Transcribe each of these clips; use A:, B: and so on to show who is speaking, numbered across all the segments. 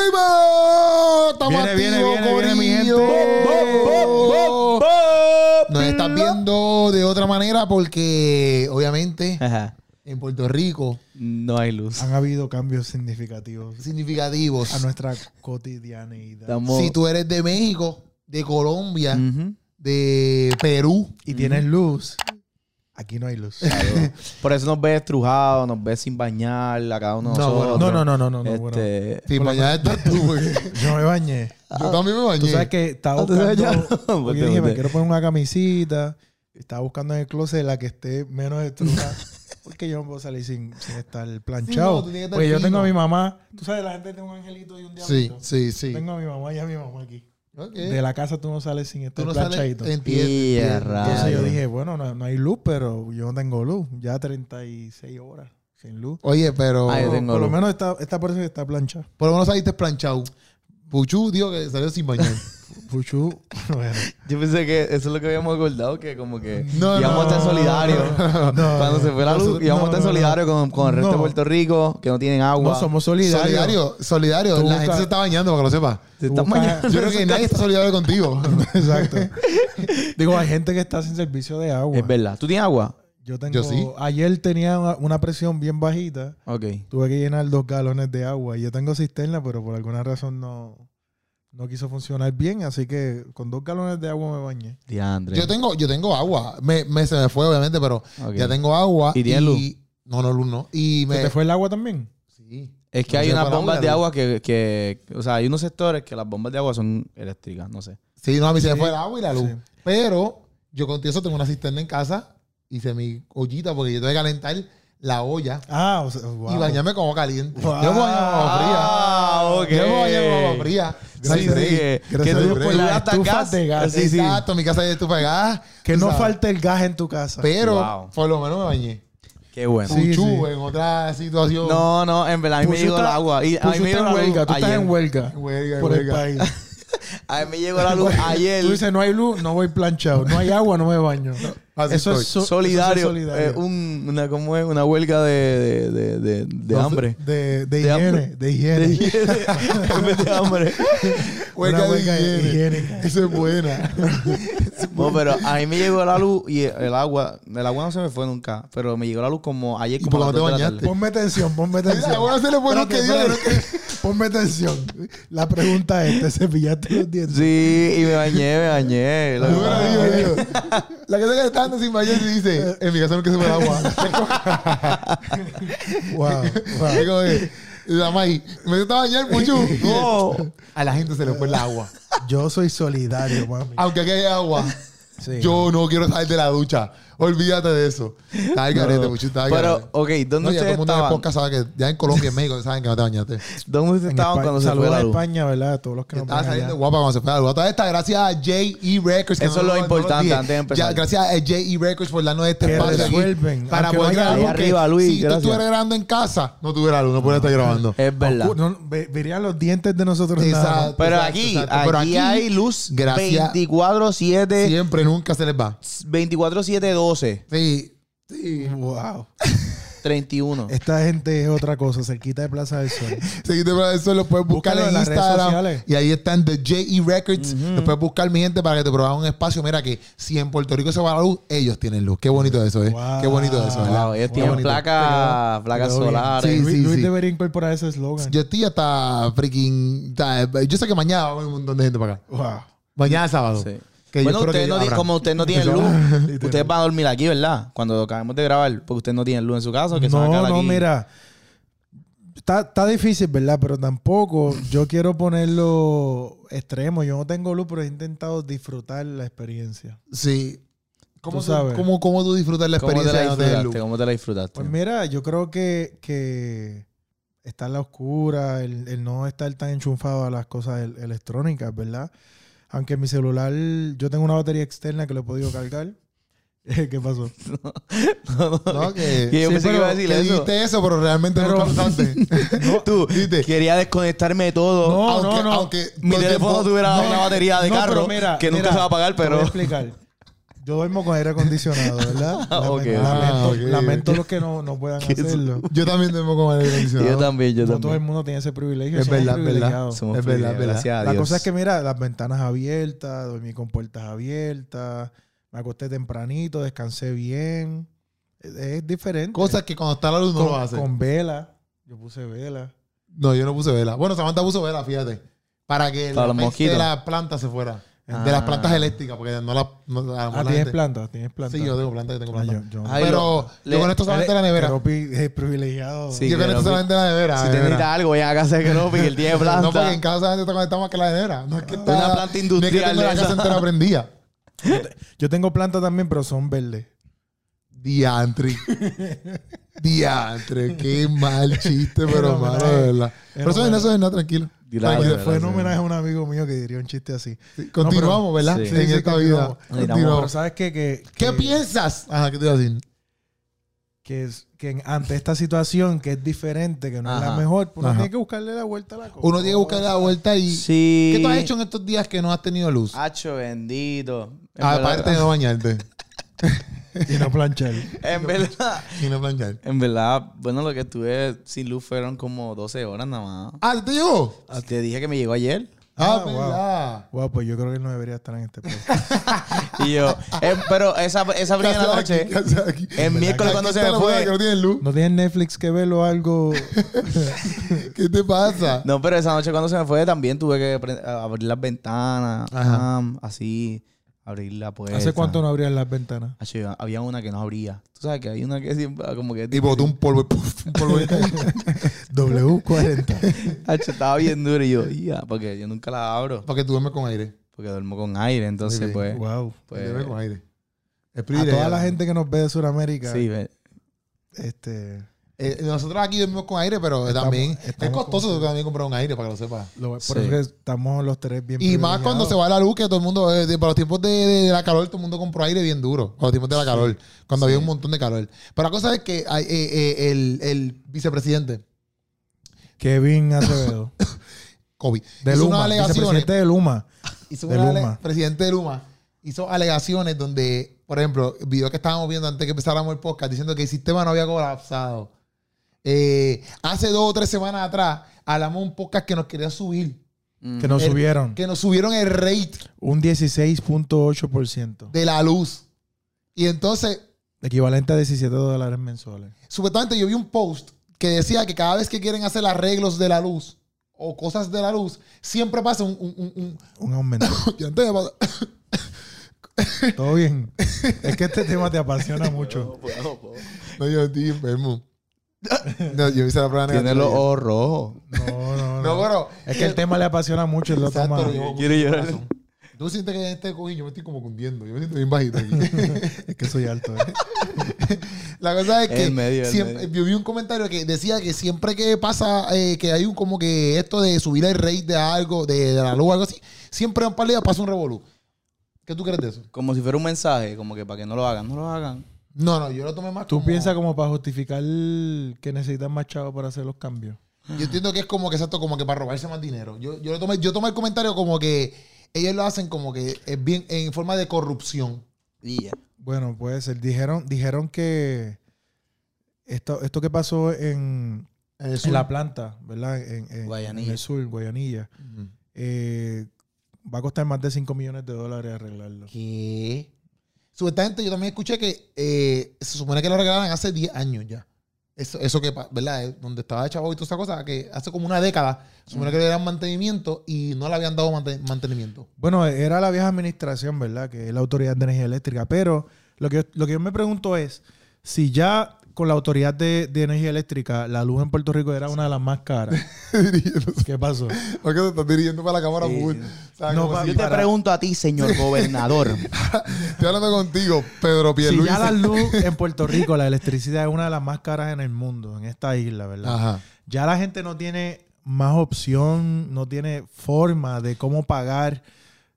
A: activos. Estamos
B: Viene, viene,
A: activos,
B: viene, viene, mi gente.
A: corillo.
C: Bo, bo, bo, bo,
A: Nos estás viendo de otra manera porque, obviamente,
C: Ajá.
A: en Puerto Rico,
C: No hay luz.
B: Han habido cambios significativos
A: significativos.
B: a nuestra cotidianeidad.
C: Estamos. Mm.
A: Si tú eres de México, de Colombia,
C: Ujú.
A: de Perú,
B: Y tienes luz. Aquí no hay luz.
C: Por eso nos ves estrujados, nos ves sin bañar, a cada uno de
A: No,
C: nosotros.
B: No, no, no, no, no. no, bueno.
C: Este,
A: sí,
B: Por la
A: mañana estás tú, porque
B: Yo me bañé.
A: yo también me bañé.
B: Tú sabes que estaba
C: Ah, ¿tú sabes ya?
B: buscando. porque
C: Vete, vete.
B: dije, me quiero poner una camisita. Estaba buscando en el closet la que esté menos estrujada. Porque yo no puedo salir sin, sin estar
A: no,
B: planchado.
A: tú tienes que estar
B: Porque yo
A: fino.
B: tengo a mi mamá. Tú sabes, la gente tiene un angelito y un
A: Sí,
B: diablito.
A: sí, sí.
B: Tengo a mi mamá y a mi mamá aquí.
A: Ok.
B: De la casa tú no sales sin estar
A: ¿Eh? Tú no sales
B: planchadito.
A: en Ah,
C: Y a
B: Entonces
C: rayos.
B: yo dije, bueno, no, no hay luz, pero yo no tengo luz. Ya 36 horas sin luz.
A: Oye, pero
C: Ah, yo tengo
B: Por lo
C: luz.
B: menos esta, esta persona está planchada.
A: por lo menos saliste planchado. Puchu dijo que salió sin bañar.
B: Puchu, bueno.
C: Yo pensé que eso es lo que habíamos acordado, que como que
A: No,
C: íbamos a estar solidarios.
B: No,
C: Cuando se fue la luz,
B: Nosotros-
C: íbamos
B: no,
C: a estar
B: no, no.
C: solidarios con, con el resto de
B: No.
C: Puerto Rico, que no tienen agua.
B: No, somos solidarios.
A: Solidario, solidario.
B: Tú
A: La gente
B: busca-
A: se está bañando, para que lo sepa.
C: Se
B: Tú
C: está
B: buscas-
C: mañana.
A: Yo creo que nadie está solidario contigo.
B: Exacto. Digo, hay gente que está sin servicio de agua.
C: Es verdad. ¿Tú tienes agua?
B: Yo tengo.
A: Yo sí.
B: Ayer tenía una, una presión bien bajita.
C: Ok.
B: Tuve que llenar dos galones de agua. Yo tengo cisterna, pero por alguna razón no, no quiso funcionar bien. Así que con dos galones de agua me bañé.
C: Diandre.
A: Yo tengo, yo tengo agua. Me, me- se me fue, obviamente, pero
C: Ok.
A: ya tengo agua.
C: ¿Y tienes luz?
A: No, no, luz no. Y
B: ¿Se
A: me.
B: te fue el agua también?
A: Sí.
C: Es que
A: No
C: hay
A: se
C: unas
A: fue la
C: bombas
A: luz,
C: de
A: la luz.
C: agua que, que- O sea, hay unos sectores que las bombas de agua son eléctricas, no sé.
A: Sí, no, a mí se me
B: Sí.
A: fue el agua y la luz.
B: Sí.
A: Pero yo contigo tengo una cisterna en casa. Hice mi ollita porque yo tengo que calentar la olla
B: Ah, o sea, wow.
A: y bañarme como caliente.
B: Wow.
A: Yo me baño como agua fría.
C: Ah, ok.
A: Yo me baño como agua fría. No hay
C: Sí, sí,
A: break.
C: que,
B: Gracias
C: que
B: a
C: tú
B: Dios por
C: por
B: las
C: la
B: estufas de gas.
C: Sí, sí.
A: Exacto, mi casa ya estufa de gas.
B: Que
A: tú
B: no
A: sabes.
B: falte el gas en tu casa.
A: Pero
C: Wow.
A: por lo menos me bañé.
C: Qué bueno.
B: Sí,
A: Puchu,
B: sí.
A: en otra situación.
C: No, no, en verdad, a mí me
B: Puchu
C: llegó el
B: está-
C: agua. Y, a mí
B: Puchu
C: me
B: está
C: llegó
B: en
C: la luz
B: huelga. Tú estás
C: ayer.
B: en huelga.
A: Huelga,
B: por
A: huelga.
B: el país.
C: A mí me llegó la luz ayer.
B: Tú dices, no hay luz, no voy planchado. No hay agua, no me baño.
A: así
B: eso,
A: estoy.
B: es so-
C: solidario.
B: eso es solidario.
C: eh, un- una, ¿cómo es? Una huelga de, de, de, de- de
B: No sé,
C: hambre.
B: De, de
C: De hambre.
B: higiene. De higiene.
C: De- en vez de hambre.
A: Huelga
B: Una
A: de
B: huelga
A: higiene.
B: higiénica.
A: Eso es buena.
C: No, pero a mí me llegó la luz y el agua. El agua no se me fue nunca. Pero me llegó la luz como ayer.
A: ¿Y
C: Como
A: por
C: a
A: qué no
C: las
A: te
C: dos de la tarde.
B: Ponme atención, ponme atención.
A: Mira, ahora se le pone
B: Espérate,
A: que Dios,
B: espérate. Ponme atención. La pregunta es, ¿te cepillaste los dientes?
C: Sí, y me bañé, me bañé. Lo que
A: Bueno,
C: pasa-
A: digo, digo. La que se está dando sin bañar y dice, en mi casa nunca se fue el agua.
B: Wow.
A: Es como que, la May, me está bañar mucho.
C: No.
A: A la gente se le fue el agua.
B: Yo soy solidario, mami.
A: Aunque aquí hay agua,
B: Sí.
A: Ah, yo no quiero salir de la ducha. Olvídate de eso. Está el carete, mucho, está el
C: Pero,
A: garete.
C: ok, ¿dónde
A: No, ya todo el
C: ustedes
A: mundo en el
C: estaban?
A: podcast sabe que ya en Colombia, en México, saben que no te bañaste.
C: ¿Dónde ustedes
B: En
C: estaban
B: España-
C: cuando se fue
B: saludos
C: la
B: a
C: luz?
B: España, ¿verdad? A todos los que nos
A: Estaba
B: ven allá.
A: saliendo guapa cuando se fue la luz. Toda esta, gracias a JE Records. que
C: Eso es lo
A: los
C: importante,
A: dije.
C: antes de empezar.
A: Ya, gracias a JE Records por darnos este
B: Que
A: espacio aquí
B: resuelven,
A: Para
B: aunque
A: poder
B: no haya
A: grabar.
C: luz.
A: porque
C: Arriba, Luis,
A: si tú
C: gracias. Eh,
A: estuvieras grabando en casa, no tuviera luz, no podrías estar grabando.
C: Es verdad.
B: Oscuro, no, ve- verían los dientes de nosotros. nada más.
A: Exacto,
C: Pero
A: exacto,
C: aquí,
A: exacto. Pero
C: aquí hay luz
A: gracias.
C: 24, 7,
A: Siempre, nunca se les va.
C: 24, 7, 12,
A: Sí. Sí.
B: Wow.
C: 31.
B: Esta gente es otra cosa, cerquita de Plaza del Sol.
A: Seguiste para eso, lo puedes buscar
B: Búscalo
A: en,
B: en las redes
A: Instagram.
B: sociales.
A: Y ahí están The JE Records. Lo puedes buscar, mi gente, para que te probaban un espacio. Mira que si en Puerto Rico se va la luz, ellos tienen luz. Qué bonito eso, ¿eh?
B: Wow.
A: Qué bonito eso, ¿verdad?
C: Wow, ellos
A: Qué
C: tienen
A: bonito.
C: placas placas
B: Quedó bien.
C: solares.
A: Sí,
B: Luis,
A: sí,
B: Luis
A: sí.
B: debería incorporar ese eslogan.
A: Yo estoy hasta freaking. ta- Yo sé que mañana va a haber un montón de gente para acá.
B: Wow.
A: Mañana es sábado.
C: Sí.
A: Que yo
C: bueno,
A: espero
C: ustedes
A: que
C: no ti-
A: habrá.
C: como ustedes no tienen
B: Empezó.
C: luz,
B: Literal.
C: ustedes van a dormir aquí, ¿verdad? Cuando acabemos de grabar, porque ustedes no tienen luz en su casa. Que se van a
B: No,
C: quedar
B: no,
C: aquí.
B: mira. Está, está difícil, ¿verdad? Pero tampoco yo quiero ponerlo extremo. Yo no tengo luz, pero he intentado disfrutar la experiencia.
A: Sí. ¿Cómo tú,
B: Tú sabes.
A: ¿cómo, cómo tú disfrutas la
C: ¿Cómo te
A: experiencia
C: la
A: de no tener
C: disfrutaste?
A: luz?
C: ¿Cómo te la disfrutaste?
B: Pues mira, yo creo que, que estar en la oscura, el, el no estar tan enchufado a las cosas el- electrónicas, ¿verdad? Aunque mi celular, yo tengo una batería externa que lo he podido cargar. ¿Qué pasó?
C: No, no.
A: No, que.
C: Que yo
B: Sí,
C: pensé que iba a
B: pero
C: decir
A: que
C: eso.
A: dijiste eso, pero realmente
B: Pero-
A: no lo usaste.
C: Tú,
A: Dijiste,
C: quería desconectarme de todo.
B: No,
A: aunque,
B: no, no.
A: aunque
C: Mi
A: todo el
C: teléfono
A: tiempo-
C: tuviera una batería de
B: No,
C: carro
B: pero mira,
C: que nunca
B: mira,
C: se va a apagar,
B: te voy
C: pero
B: a explicar. Yo duermo con aire acondicionado, ¿verdad? Lamento,
C: Ok.
A: Ah,
B: lamento,
A: ok.
B: lamento los que no, no puedan
C: Qué
B: hacerlo.
A: Yo también duermo con aire acondicionado.
C: Yo también, yo
B: No todo el
C: también.
B: mundo tiene ese privilegio.
A: Es
B: somos
A: verdad, es verdad.
B: privilegiados.
A: Somos Es verdad,
C: privilegiados,
A: es verdad.
C: gracias a
B: La
C: Dios.
B: cosa es que, mira, las ventanas abiertas, dormí con puertas abiertas, me acosté tempranito, descansé bien. Es, es diferente.
A: Cosas que cuando está la luz no
B: con,
A: lo hace.
B: con vela. Yo puse vela.
A: No, yo no puse vela. Bueno, Samantha puso vela, fíjate. Para que
C: Para
A: la
C: los
A: peste
C: mosquitos.
A: de las plantas se fuera.
B: Ah.
A: De las plantas eléctricas, porque no las... No, a lo
B: Ah,
A: mejor la
B: tienes
A: gente-
B: plantas, tienes plantas.
A: Sí, yo tengo plantas, yo tengo
B: Ah,
A: plantas.
B: yo- yo-
C: Ay,
A: Pero
C: lo-
A: yo
C: le-
A: conecto solamente la nevera.
B: Keropi es privilegiado.
C: Sí.
A: yo conecto
C: Keropi.
A: solamente la nevera.
C: Si
A: la
C: te
A: nevera.
C: necesitas algo, vayan a casa de Keropi, que él tiene planta.
A: No, porque en casa solamente está conectado más que la nevera. No es que está...
C: Una planta
A: no es que
C: industrial
A: tengo la
C: de
A: casa
C: esa.
A: entera prendida.
B: Yo tengo plantas también, pero son verdes.
A: Diantre. Diantre. Qué mal chiste, pero
B: Era
A: malo,
B: homenaje.
A: de verdad. Pero eso es
B: homenaje.
A: nada, eso es nada, tranquilo.
C: Dile algo,
B: Y
A: Tranquilo.
C: Gracias,
B: fue en
C: gracias.
B: homenaje a un amigo mío que diría un chiste así.
A: Continuamos, ¿verdad?
C: Sí.
A: en
B: Sí, sí,
A: esta vida.
B: continuamos.
C: Continuamos.
B: Pero
A: Continuamos.
B: sabes qué? que, que,
A: ¿Qué piensas? Ajá, ¿qué te iba a decir?
B: que, es- que en- ante esta situación que es diferente, que no es la
C: Ajá.
B: mejor, pues uno
A: Ajá.
B: tiene que buscarle la vuelta a la cosa.
A: Uno tiene que buscar la vuelta y...
C: Sí.
A: ¿Qué tú has hecho en estos días que no has tenido luz?
C: Hacho bendito. En
A: Ah, Aparte de
C: verdad-
A: no bañarte
B: y no planchar.
C: En verdad.
A: y no planchar.
C: En verdad, bueno, lo que estuve sin luz fueron como 12 horas nada más.
A: Ah, ¿te llegó?
C: Te dije que me llegó ayer.
A: Ah,
B: Ah, wow.
A: verdad.
B: Wow, pues yo creo que él no debería estar en este podcast.
C: Y yo, eh, pero esa, esa primera
A: Casi
C: noche,
A: aquí, casi aquí.
C: el
A: Aquí
C: miércoles cuando se
A: está
C: me
A: la
C: fue.
A: prueba que no tienes luz.
B: ¿No tienes Netflix que verlo algo?
A: ¿Qué te pasa?
C: No, pero esa noche cuando se me fue también tuve que pre- abrir las ventanas,
A: Ajá.
C: am, así, abrir la puerta.
B: ¿Hace cuánto no abrías las ventanas?
C: Acho, yo- había una que no abría. Tú sabes que hay una que siempre ah, como que...
A: Y botó un polvo. y puf, un polvo.
B: W40.
C: Acho, estaba bien duro y yo, "Ya", porque yo nunca la abro,
A: Porque tú duermes con aire.
C: porque duermo con aire, entonces
A: bien.
C: pues...
B: wow.
A: Tú
C: pues,
A: duermes con aire. Es
B: A
A: privilegio.
B: toda la gente que nos ve de Sudamérica,
C: sí, ve-
B: este,
A: Eh, nosotros aquí dormimos con aire, pero
B: Estamos-
A: también es
B: estamos
A: costoso
B: con-
A: también comprar un aire, para que lo sepas.
B: lo- por
C: Sí.
B: eso que estamos los tres bien
A: Y más cuando se va la luz, que todo el mundo, eh, de- para los tiempos de, de la calor, todo el mundo compró aire bien duro. Para los tiempos de la calor, cuando había un montón de calor. Pero la cosa es que hay, eh, eh, el, el vicepresidente,
B: privilegiados. Kevin Acevedo.
A: Kobe,
B: De
A: hizo
B: Luma.
A: unas alegaciones.
B: Vicepresidente de Luma.
A: Hizo
B: de
A: una ale-
B: Luma.
A: presidente de Luma hizo alegaciones donde, por ejemplo, video que estábamos viendo antes que empezáramos el podcast diciendo que el sistema no había colapsado. Eh, hace dos o tres semanas atrás hablamos un podcast que nos quería subir,
B: Que nos
A: El-
B: subieron
A: que nos subieron el rate
B: un 16.8%.
A: de la luz. Y entonces
B: Equivalente a 17 dólares mensuales.
A: supuestamente yo vi un post que decía que cada vez que quieren hacer arreglos de la luz o cosas de la luz, siempre pasa un... un, un,
B: Un aumento.
A: un- y antes me pasó-
B: Todo bien. Es que este tema te apasiona
C: mm.
B: mucho.
A: No, yo estoy enfermo. No, yo hice la prueba
C: Tiene los
A: negativa.
C: ojos rojos.
B: No,
A: No,
B: no, no.
A: pero...
B: Es que el tema le apasiona mucho. Lo
A: Exacto,
B: toma.
A: yo-
C: Quiero llorar.
A: Tú sientes que en este cojín yo me estoy como hundiendo. Yo me siento bien bajito aquí.
B: Es que soy alto. ¿eh?
A: la cosa es que
C: En medio, en
A: siempre-
C: medio.
A: yo vi un comentario que decía que siempre que pasa eh, que hay un como que esto de subir el rate de algo, de, de la luz o algo así, siempre en par de días pasa un revolú. ¿Qué tú crees de eso?
C: Como si fuera un mensaje, como que para que no lo hagan, no lo hagan.
A: No, no, yo lo tomé más
B: Tú
A: como-
B: piensas como para justificar que necesitas más chavo para hacer los cambios.
A: Yo entiendo que es como que exacto, como que para robarse más dinero. Yo, yo lo tomé, yo tomé el comentario como que ellos lo hacen como que es bien en forma de corrupción.
C: Y ya.
B: Bueno, puede ser. Dijeron, dijeron que esto, esto que pasó en,
A: En el
B: en
A: sur.
B: la planta, ¿verdad? En, en-
C: Guayanilla.
B: en el sur, Guayanilla.
A: Ujú.
B: eh, va a costar más de 5 millones de dólares arreglarlo.
A: ¿Qué? Supuestamente yo también escuché que eh, se supone que lo regalaban hace 10 años ya. Eso, eso que, pa- ¿verdad? Eh, Donde estaba Chavo y toda esa cosa, que hace como una década, se supone que le dieran mantenimiento y no le habían dado manten- mantenimiento.
B: Bueno, era la vieja administración, ¿verdad? Que es la Autoridad de Energía Eléctrica. Pero lo que, lo que yo me pregunto es, si ya con la Autoridad de, de Energía Eléctrica la luz en Puerto Rico era una de las más caras, ¿qué pasó?
A: ¿Por qué te estás dirigiendo para la cámara?
C: Sí, full? sí.
B: No, como pa- si-
C: Yo te
B: Para-
C: pregunto a ti, señor gobernador.
A: Estoy hablando contigo, Pedro
B: Si ya la luz en Puerto Rico, la electricidad es una de las más caras en el mundo, en esta isla, ¿verdad?
A: Ajá.
B: Ya la gente no tiene más opción, no tiene forma de cómo pagar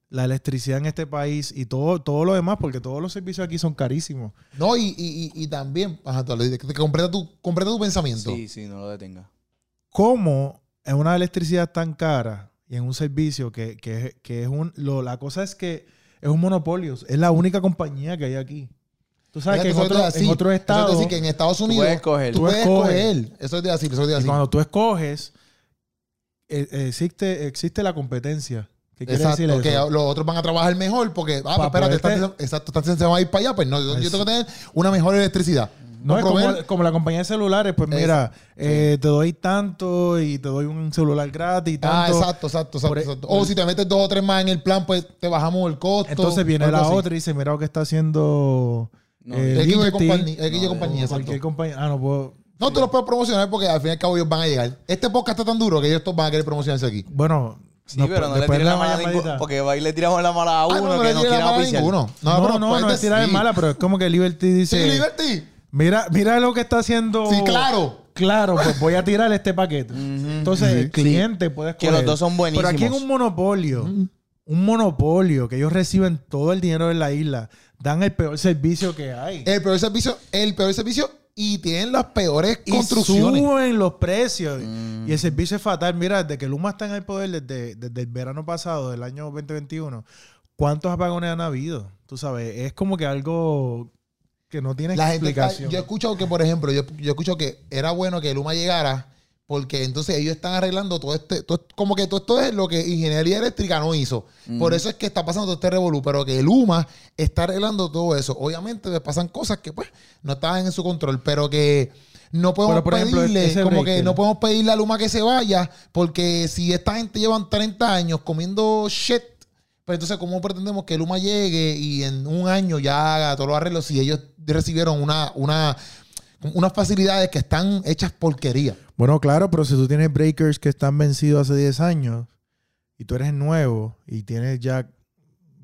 B: la electricidad en este país y todo, todo lo demás, porque todos los servicios aquí son carísimos.
A: No, y, y, y, y también, ajá, tú le dices que te- completa tu, completa tu pensamiento.
C: sí, sí, no lo detenga.
B: ¿Cómo en una electricidad tan cara y en un servicio que, que- que es un... lo- la cosa es que es un monopolio. Es la única compañía que hay aquí. Tú sabes
A: Fíjate, eso
B: que en
A: te
B: otro,
A: iba a decir.
B: en
A: Eso
B: otro
A: te iba a
B: estado,
A: decir que en Estados Unidos
C: puedes escoger.
A: tú
B: Tú
A: puedes
B: escoges.
A: escoger. Eso te iba a decir, eso te iba a
B: y
A: decir.
B: cuando tú escoges, eh, eh, existe, existe la competencia. ¿Qué quiere decir
A: Exacto,
B: eso?
A: que los otros van a trabajar mejor porque, ah,
B: Pa'
A: pero espérate,
B: poderte-
A: esta- exacto, esta gente se va a ir para allá, pues no, yo, yo tengo que tener una mejor electricidad.
B: No, es
A: proveer-
B: como, como la compañía de celulares, pues mira, eh, te doy tanto y te doy un celular gratis y
A: Ah,
B: tanto.
A: exacto, exacto, exacto.
B: por-
A: exacto. O si te metes dos o tres más en el plan, pues te bajamos el costo.
B: Entonces viene
A: algo
B: la
A: así.
B: otra y dice, mira lo que está haciendo
C: No,
A: X o
B: eh,
A: Y
B: Liberty,
A: compañía, X o Y
C: No,
A: compañía, exacto.
B: cualquier compañía. Ah, no puedo.
A: No, tú los puedes promocionar porque al fin y al cabo ellos van a llegar. Este podcast está tan duro que ellos todos van a querer promocionarse aquí.
B: Bueno,
C: Sí, pero no le
B: pues, después
C: tiré la
B: damos
C: mala a
B: una
C: ninguno.
B: llamadita.
C: Porque ahí le tiramos la mala a
A: Ah,
C: uno que no
A: tires
C: quiere
A: la mala a
C: auspiciar.
A: ninguno.
B: No, no, no,
A: puedes
B: es tirar de
A: decir.
B: mala, pero es como que Liberty
A: Sí,
B: dice,
A: Liberty.
B: mira, mira lo que está haciendo.
A: Sí, claro.
B: Claro, pues voy a tirar este paquete. Entonces, el cliente puede
C: Que los dos son buenísimos.
B: Pero aquí en un monopolio, un monopolio, que ellos reciben todo el dinero de la isla, dan el peor servicio que hay.
A: El peor servicio, el peor servicio y tienen las peores
B: Y
A: construcciones. Mm.
B: suben los precios. Y el servicio es fatal. Mira, desde que Luma está en el poder, desde, desde el verano pasado, del año 2021, ¿cuántos apagones han habido? Tú sabes, es como que algo que no tiene
A: La gente está-
B: explicación.
A: yo he escuchado que, por ejemplo, yo, yo he escuchado que era bueno que Luma llegara porque entonces ellos están arreglando todo este, todo- como que todo esto es lo que ingeniería eléctrica no hizo.
C: Mm.
A: Por eso es que está pasando todo este revolú, pero que Luma está arreglando todo eso. Obviamente le pasan cosas que pues no estaban en su control, pero que no podemos
B: Pero, por ejemplo,
A: pedirle,
B: ese
A: como que
B: breaker.
A: no podemos pedirle a Luma que se vaya, porque si esta gente llevan 30 años comiendo shit, pues entonces, ¿cómo pretendemos que Luma llegue y en un año ya haga todos los arreglos si ellos recibieron una, una, unas facilidades que están hechas porquería?
B: Bueno, claro, pero si tú tienes breakers que están vencidos hace 10 años y tú eres nuevo y tienes ya,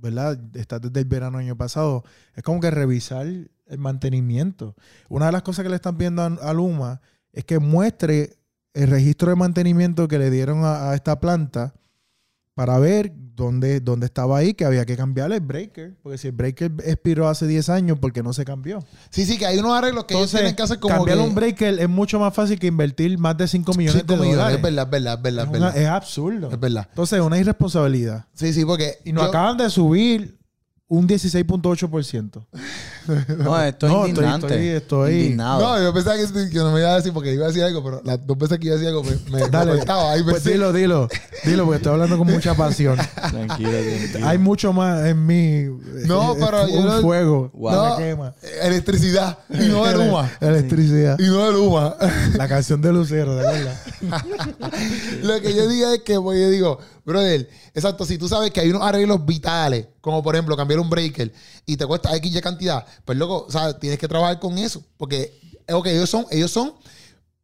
B: ¿verdad? Estás desde el verano año pasado, es como que revisar el mantenimiento. Una de las cosas que le están viendo a, a Luma es que muestre el registro de mantenimiento que le dieron a, a esta planta para ver dónde, dónde estaba ahí, que había que cambiar el breaker. Porque si el breaker expiró hace 10 años, ¿por qué no se cambió?
A: Sí, sí, que hay unos arreglos que ellos tienen que hacer como
B: cambiar
A: que,
B: un breaker es mucho más fácil que invertir más de 5 millones
A: Cinco
B: de
A: millones,
B: dólares.
A: Es verdad, es verdad, es verdad.
B: Es,
A: Es
B: una-
A: verdad.
B: es absurdo.
A: Es verdad.
B: Entonces, es una irresponsabilidad.
A: Sí, sí, porque...
B: Y nos
A: yo-
B: acaban de subir un 16.8%.
C: No, esto es
B: No, estoy-
C: indignante.
B: estoy- estoy-
C: indignado.
A: No, yo pensaba que, que no me iba a decir porque iba a decir algo, pero las dos veces que iba a decir algo me, me
B: Dale.
A: cortaba. Ahí
B: Pues
A: pensé,
B: dilo, dilo. Dilo, porque estoy hablando con mucha pasión.
C: Tranquilo, tranquilo.
B: Hay mucho más en mí.
A: No,
B: Eh,
A: pero
B: eh,
A: yo
B: Un
A: no-
B: fuego.
C: Wow.
B: No,
A: No.
B: me quema.
A: electricidad y no de Luma.
B: Electricidad.
A: Y no de Luma.
B: La canción de Lucero, ¿de verdad?
A: Lo que yo digo es que pues, yo digo, brother, exacto, si tú sabes que hay unos arreglos vitales, como por ejemplo cambiar un breaker y te cuesta X Y cantidad, pues loco, ¿sabes? Tienes que trabajar con eso, porque eh, ok, ellos son ellos son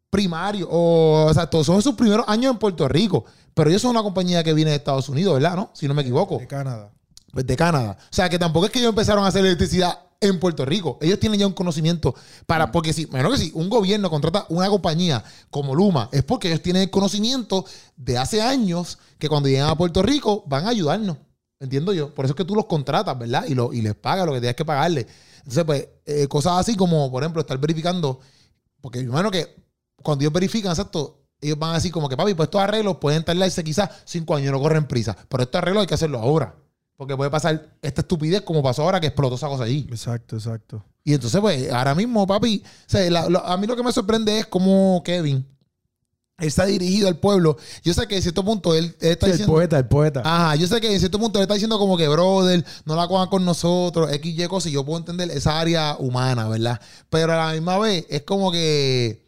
A: primarios o, o sea, todos son sus primeros años en Puerto Rico, pero ellos son una compañía que viene de Estados Unidos, ¿verdad? ¿No? Si no me equivoco,
B: De Canadá.
A: pues, de Canadá. O sea, que tampoco es que ellos empezaron a hacer electricidad en Puerto Rico. Ellos tienen ya un conocimiento para, porque si, menos que si un gobierno contrata una compañía como Luma, es porque ellos tienen el conocimiento de hace años que cuando llegan a Puerto Rico van a ayudarnos. Entiendo yo. Por eso es que tú los contratas, ¿verdad? Y, lo, y les pagas lo que tienes que pagarle. Entonces, pues, eh, cosas así como, por ejemplo, estar verificando, porque mi hermano que cuando ellos verifican, exacto, ellos van a decir como que, papi, pues estos arreglos pueden tardarse quizás cinco años, no corren prisa, pero estos arreglos hay que hacerlo ahora. Porque puede pasar esta estupidez como pasó ahora que explotó esa cosa allí.
B: Exacto, exacto.
A: Y entonces, pues, ahora mismo, papi, o sea, la- lo- a mí lo que me sorprende es cómo Kevin, él está dirigido al pueblo. Yo sé que en cierto punto él, él está
B: Sí, el
A: diciendo... Ah,
B: poeta, el poeta.
A: Ajá, yo sé que en cierto punto le está diciendo como que, brother, no la cojan con nosotros, X, Y cosas, y yo puedo entender esa área humana, ¿verdad? Pero a la misma vez es como que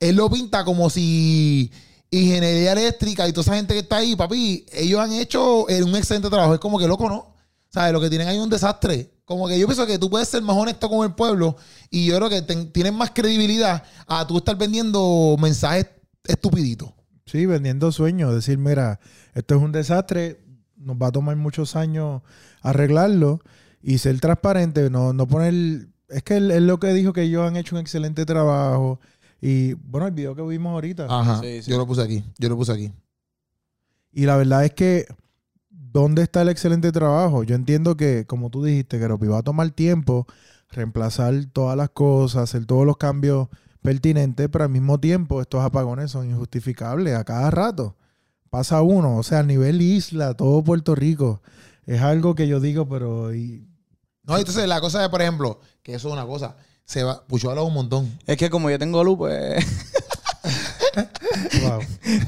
A: él lo pinta como si ingeniería eléctrica y toda esa gente que está ahí, papi, ellos han hecho eh, un excelente trabajo, es como que loco, ¿no? ¿Sabes? Lo que tienen ahí es un desastre. Como que yo pienso que tú puedes ser más honesto con el pueblo y yo creo que ten- tienes más credibilidad a tú estar vendiendo mensajes estupiditos.
B: Sí, vendiendo sueños. Decir, mira, esto es un desastre, nos va a tomar muchos años arreglarlo y ser transparente, no, no poner... Es que él, él lo que dijo que ellos han hecho un excelente trabajo y, bueno, el video que vimos ahorita.
A: Ajá.
C: Sí, sí.
A: Yo lo puse aquí, yo lo puse aquí.
B: Y la verdad es que, ¿dónde está el excelente trabajo? Yo entiendo que, como tú dijiste, que va a tomar tiempo reemplazar todas las cosas, hacer todos los cambios pertinentes, pero al mismo tiempo estos apagones son injustificables a cada rato. Pasa uno, o sea, a nivel isla, todo Puerto Rico. Es algo que yo digo, pero... y-
A: No, entonces la cosa es, por ejemplo, que eso es una cosa. Se va, Pucho habla un montón.
C: Es que como yo tengo luz, pues.
B: wow.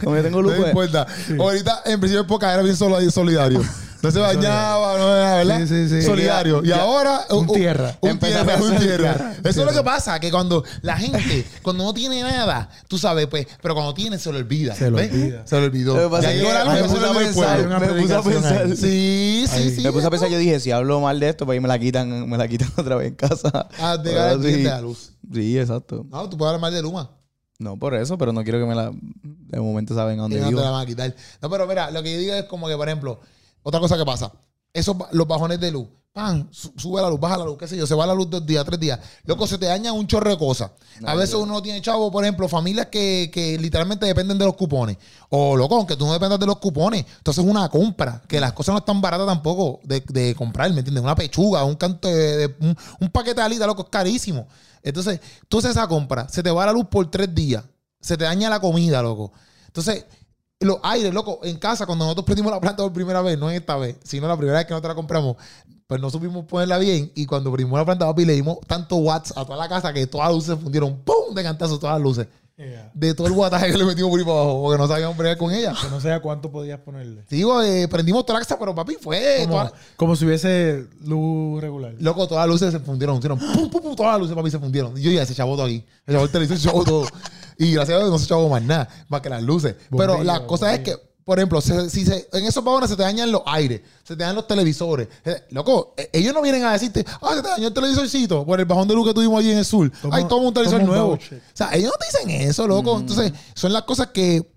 C: como yo
A: No
C: tengo luz,
A: me
C: pues.
A: importa. Ahorita, en principio de época, era bien soli- solidario. No se bañaba, no era, ¿verdad?
B: Sí, sí, sí.
A: Solidario. Y ahora.
B: Un
A: uh, uh,
B: tierra.
A: Un
C: Empezó a
A: tierra, un
C: ser
A: tierra.
C: tierra.
A: Eso es lo que pasa, que cuando la gente, cuando no tiene nada, tú sabes, pues, pero cuando tiene, se lo olvida.
B: Se lo
A: ¿ves?
B: olvida.
A: Se lo olvidó.
C: Lo que pasa
A: Ya
C: es que
A: llegó la luz,
C: me
A: ya se
C: puse
A: olvidó
C: a
A: el
C: pensar,
A: pueblo.
C: me puse a
B: predicación
C: pensar.
B: ahí.
A: Sí, sí,
B: Ahí.
A: sí.
C: Me puse a pensar, yo dije, si hablo mal de esto, pues ahí me la quitan, me la quitan otra vez en casa.
A: Ah, te
C: Pero
A: da el
C: sí.
A: cliente a luz.
C: Sí, exacto.
A: No, tú puedes hablar mal de Luma.
C: No por eso, pero no quiero que me la. De momento saben a
A: Y
C: dónde
A: no te la
C: vivo.
A: van a quitar. No, pero mira, lo que yo digo es como que, por ejemplo, otra cosa que pasa. Esos, ba- los bajones de luz. Pan, su- sube la luz, baja la luz, qué sé yo, se va la luz dos días, tres días. Loco, se te daña un chorro de cosas. a veces uno no tiene chavo, por ejemplo, familias que, que literalmente dependen de los cupones. O loco, aunque tú no dependas de los cupones, entonces una compra, que las cosas no están baratas tampoco de, de comprar, ¿me entiendes? Una pechuga, un canto de, de- un, un paquete de alita, loco, es carísimo. Entonces, tú haces esa compra, se te va la luz por tres días, se te daña la comida, loco. Entonces, los aires, loco, en casa, cuando nosotros prendimos la planta por primera vez, no esta vez, sino la primera vez que nosotros la compramos, pues no supimos ponerla bien. Y cuando prendimos la planta, papi, le dimos tantos watts a toda la casa que todas las luces se fundieron, ¡pum! de cantazo, todas las luces. De todo el wattaje que le metimos por ahí para abajo, porque no sabíamos bregar con ella.
B: Que no sé a cuánto podías ponerle.
A: Digo, eh, prendimos toda la casa, pero papi, fue.
B: Como,
A: toda-
B: como si hubiese luz regular.
A: loco, todas las luces se fundieron, hicieron pum, pum, pum, todas las luces, papi, se fundieron. Y yo ya se chavó todo aquí. Se chavó el televisor, se chavó todo. Y gracias a Dios no se chavó más nada, más que las luces. Pero la
B: Bombillo,
A: cosa es que, por ejemplo, se- si se, en esos vagones se te dañan los aires, se te dañan los televisores. Eh, Loco, eh, ellos no vienen a decirte, ah, se te dañó el televisorcito por el bajón de luz que tuvimos allí en el sur.
B: Toma-
A: Ay, toma un televisor
B: toma un
A: nuevo.
B: voucher. Mm.
A: O sea, ellos no te dicen eso, loco. Entonces, son las cosas que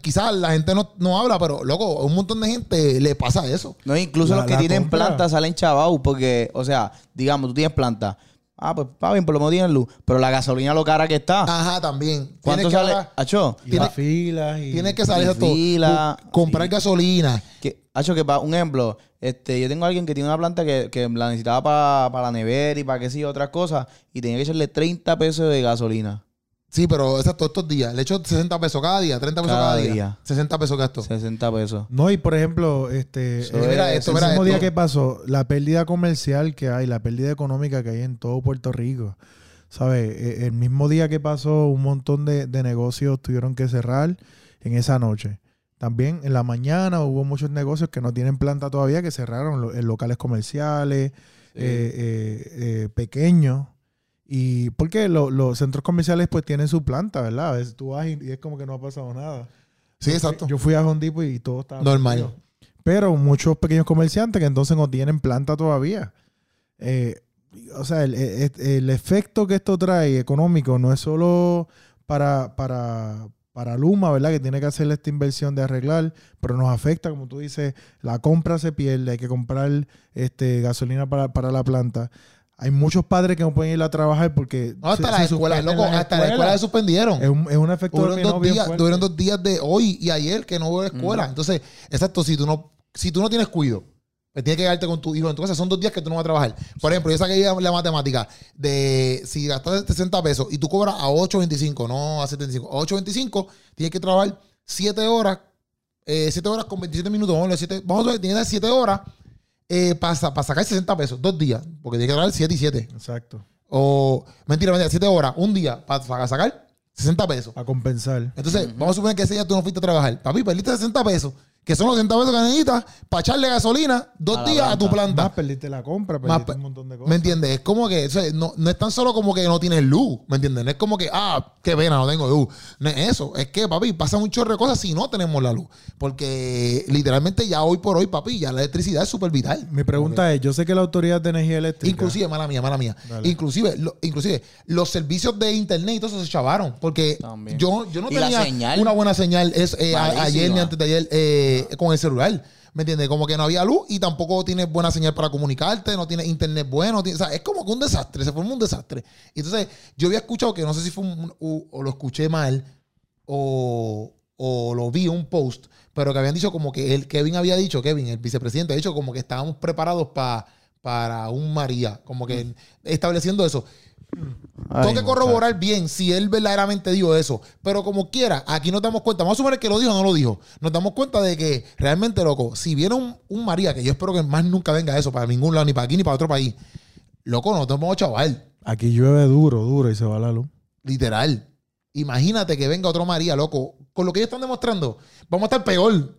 A: quizás la gente no, no habla, pero, loco, a un montón de gente le pasa eso.
C: No, incluso
B: La-
C: los que
B: la
C: tienen
B: compra.
C: planta salen chavados porque, o sea, digamos, tú tienes planta. Ah, pues está bien, por lo menos tienes luz. Pero la gasolina lo cara que está.
B: Ah.
A: Ajá, también. Tienes
C: ¿Cuánto
A: Ah, que
C: sale?
A: hablar-
C: Acho,
B: y
A: tiene-
B: las filas. Y,
A: Tienes que salir a todo.
C: Fila,
A: Bu- Comprar
C: sí.
A: gasolina.
C: que, Acho, que para un ejemplo, este, yo tengo a alguien que tiene una planta que, que la necesitaba para la nevera y para qué sé yo, otras cosas. Y tenía que echarle 30 pesos de gasolina.
A: Sí, pero esas todos estos días. Le echo 60 pesos cada día, 30 pesos cada,
C: Cada
A: día.
C: día.
A: 60 pesos gasto.
C: 60 pesos.
B: No, y por ejemplo, este,
C: Eso
B: el-
A: mira
B: el
A: esto, mira
B: mismo
A: esto.
B: día que pasó, la pérdida comercial que hay, la pérdida económica que hay en todo Puerto Rico. ¿Sabes? E- El mismo día que pasó, un montón de, de negocios tuvieron que cerrar en esa noche. También en la mañana hubo muchos negocios que no tienen planta todavía que cerraron lo- en locales comerciales, eh, eh, eh, pequeños. Y porque lo- los centros comerciales pues tienen su planta, ¿verdad? A veces tú vas y, y es como que no ha pasado nada.
A: Sí, exacto.
B: Yo fui a Home Depot y todo estaba
A: Normal.
B: vacío. Pero muchos pequeños comerciantes que entonces no tienen planta todavía. Eh, o sea, el, el- el efecto que esto trae económico no es solo para, para, para Luma, ¿verdad? Que tiene que hacer esta inversión de arreglar, pero nos afecta, como tú dices, la compra se pierde, hay que comprar este, gasolina para, para la planta. Hay muchos padres que no pueden ir a trabajar porque...
A: No, hasta
B: se-
A: la
B: se
A: escuela,
B: suspenden
A: loco,
B: las
A: hasta la
B: escuelas.
A: escuela la suspendieron.
B: Es un, es un efecto
A: Tuvieron
B: dominó
A: dos,
B: bien
A: días,
B: fuerte.
A: tuvieron dos días de hoy y ayer que no hubo escuela. Entonces, exacto, si tú no, si tú no tienes cuido, pues tienes que quedarte con tu hijo. Entonces, son dos días que tú no vas a trabajar. Por ejemplo, yo saqué la, la matemática de si gastas 60 pesos y tú cobras a 8.25, no a 75, a 8.25, tienes que trabajar 7 horas, 7 horas con 27 minutos. Vamos a ver, siete- vamos a ver, tienes 7 horas eh, para, sa- para sacar 60 pesos, dos días, porque tienes que trabajar 7 y 7.
B: Exacto.
A: O, mentira, mentira, 7 horas, un día para, para sacar 60 pesos.
B: A compensar.
A: Entonces, vamos a suponer que ese día tú no fuiste a trabajar. Papi, perdiste 60 pesos, que son los 60 pesos que necesitas para echarle gasolina dos
C: A la
A: días a tu planta.
B: Más perdiste la compra,
A: Más
B: perdiste
A: pe-
B: un montón de cosas.
A: ¿Me entiendes? Es como que, o sea, no, no es tan solo como que no tienes luz, ¿me entiendes? No es como que, ah, qué pena, no tengo luz. No es eso. Es que, papi, pasa un chorro de cosas si no tenemos la luz. Porque literalmente ya hoy por hoy, papi, ya la electricidad es súper vital.
B: Mi pregunta es, yo sé que la Autoridad de Energía Eléctrica...
A: Inclusive, mala mía, mala mía.
B: Dale.
A: Inclusive, lo- inclusive, los servicios de internet y todo eso se chavaron. Porque
C: También.
A: yo, yo no
C: Y la
A: tenía
C: señal.
A: una buena señal es, eh, a-
C: Malísima.
A: ayer ni antes de ayer eh, con el celular. ¿Me entiendes? Como que no había luz y tampoco tienes buena señal para comunicarte, no tienes internet bueno. ti- o sea, es como que un desastre, se formó un desastre. Entonces, yo había escuchado que no sé si fue un- u- o lo escuché mal o, o lo vi en un post, pero que habían dicho como que el Kevin había dicho, Kevin, el vicepresidente, ha dicho como que estábamos preparados pa- para un María, como que estableciendo eso.
C: Ay,
A: Tengo que corroborar bien si él verdaderamente dijo eso. Pero como quiera, aquí nos damos cuenta. Vamos a suponer que lo dijo o no lo dijo. Nos damos cuenta de que realmente, loco, si viene un, un María, que yo espero que más nunca venga eso para ningún lado, ni para aquí ni para otro país, loco, no vamos a chaval.
B: Aquí llueve duro, duro y se va la luz.
A: Literal. Imagínate que venga otro María, loco. Con lo que ellos están demostrando, vamos a estar peor.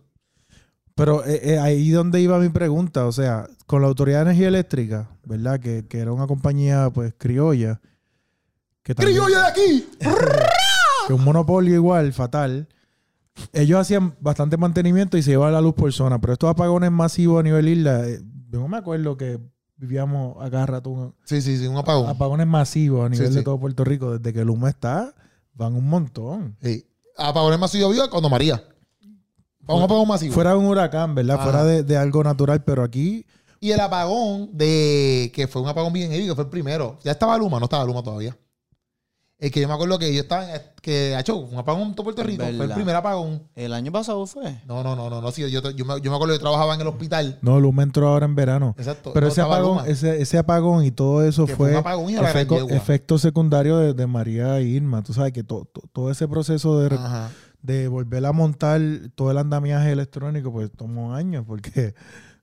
B: Pero eh, eh, ahí donde iba mi pregunta, o sea, con la Autoridad de Energía Eléctrica, ¿verdad? Que, que era una compañía, pues, criolla. Que también-
A: ¡Criolla de aquí!
B: que un monopolio igual, fatal. Ellos hacían bastante mantenimiento y se iba la luz por zona, pero estos apagones masivos a nivel isla, eh, yo no me acuerdo que vivíamos acá rato un-
A: Sí, sí, sí, un apagón.
B: apagones masivos a nivel
A: Sí,
B: de
A: sí.
B: todo Puerto Rico, desde que Luma está, van un montón.
A: Sí. Apagón masivo viva cuando María. Vamos a apagón masivo.
B: Fuera de un huracán, ¿verdad?
A: Ajá.
B: Fuera de, de algo natural, pero aquí
A: Y el apagón de que fue un apagón bien heavy, que fue el primero. Ya estaba Luma, no estaba Luma todavía. El que yo me acuerdo que yo estaba que ha hecho un apagón en todo Puerto
C: Es
A: Rico, fue el
C: verdad.
A: primer apagón.
C: El año pasado fue.
A: No, no, no, no, no, sí, yo, yo me, yo me acuerdo que yo trabajaba en el hospital.
B: no, Luma entró ahora en verano.
A: Exacto.
B: Pero
A: no
B: ese
A: estaba
B: apagón,
A: Luma.
B: ese, ese apagón y todo eso
A: Que
B: fue,
A: fue un apagón y a la gran
B: efecto,
A: yegua.
B: efecto secundario de, de María e Irma. Tú sabes que to- to- todo ese proceso de, re-
A: Ajá.
B: de volver a montar todo el andamiaje electrónico, pues tomó años, porque de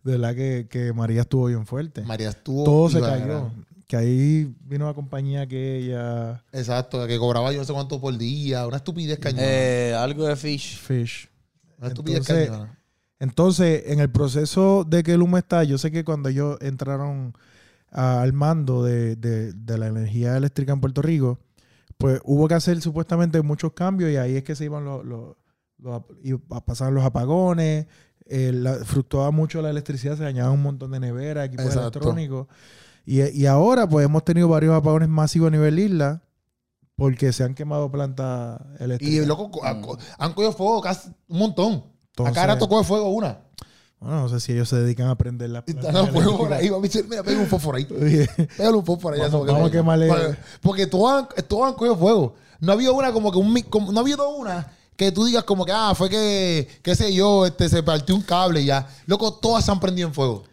B: verdad que, que María estuvo bien fuerte.
A: María estuvo.
B: todo se
A: iba a
B: cayó.
A: ganar.
B: Que ahí vino la compañía que ella,
A: Exacto, que cobraba yo no sé cuánto por día. Una estupidez cañona.
C: Eh, algo de Fish.
B: Fish.
A: una estupidez
B: entonces-
A: cañona.
B: Entonces, en el proceso de que Luma está, yo sé que cuando ellos entraron a- al mando de, de- de la energía eléctrica en Puerto Rico, pues hubo que hacer supuestamente muchos cambios y ahí es que se iban los, los- los- y a- pasaban los apagones, eh, la- fluctuaba mucho la electricidad, se dañaban un montón de neveras, equipos
A: Exacto.
B: electrónicos. Y, y ahora pues hemos tenido varios apagones masivos a nivel isla porque se han quemado plantas
A: Y
B: eléctricas.
A: loco, co-
C: Mm.
A: han co- han cogido fuego casi un montón.
B: Entonces,
A: Acá ahora tocó de fuego una.
B: bueno, no sé si ellos se dedican a prender las
A: Y está
B: plantas
A: dando fuego por
B: eléctricas.
A: ahí. Mami, dice, Mira, pega un fósforo ahí.
B: Oye,
A: Pégale un fósforo allá.
B: Vamos-
A: eso,
B: vamos a quemarle-
A: Porque, porque todas, han- todas han cogido fuego. No ha habido una como que un... mi- como- no ha habido una que tú digas como que, ah, fue que, qué sé yo, este, se partió un cable y ya. Loco, todas se han prendido en fuego.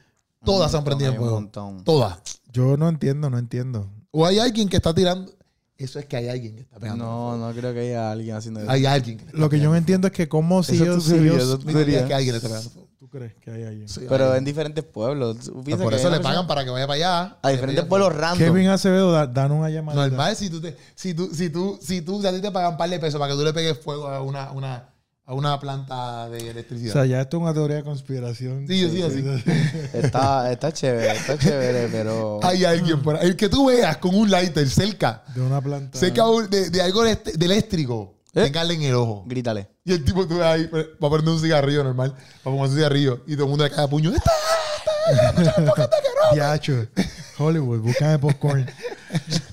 A: Todas se han prendido en
C: Hay Mm, un
A: fuego.
C: montón.
A: Todas.
B: yo no entiendo, no entiendo.
A: O hay alguien que está tirando... Eso es que hay alguien que está pegando.
C: No, no creo que haya alguien haciendo eso.
A: Hay alguien que está
B: Lo que yo no entiendo es que cómo si
C: Eso
B: ellos...
C: tú
B: si
C: serías,
B: ellos-
C: eso
A: Mi teoría es
C: sería.
A: que alguien está pegando fuego.
B: ¿Tú crees que hay alguien?
A: Sí,
C: Pero
A: hay
C: en diferentes pueblos. Tú
A: alguien.
C: piensas
A: Por
C: que
A: eso
C: hay
A: le
C: una
A: pagan
C: persona-
A: para que vaya para allá.
C: A
A: Le
C: diferentes
A: pegan
C: pueblos random.
B: Kevin Acevedo, da- dan una llamada.
A: Normal, si tú, te, si, tú, si, tú, si tú, si a ti te pagan un par de pesos para que tú le pegues fuego a una, una, a una planta de
B: O
A: electricidad.
B: sea, ya esto es una teoría de conspiración.
A: Sí, sí, sí.
C: Está, está chévere, está chévere, pero.
A: hay alguien por ahí. El que tú veas con un lighter cerca,
B: De una planta.
A: cerca un- de, de algo de, de eléctrico,
C: ¿Eh?
A: tenganle en el ojo.
C: Grítale.
A: Y el tipo tú ves ahí, va a prender un cigarrillo normal, va a fumar un cigarrillo y todo el mundo le cae a puño. ¡Está!
B: Yacho. Hollywood, búscame popcorn.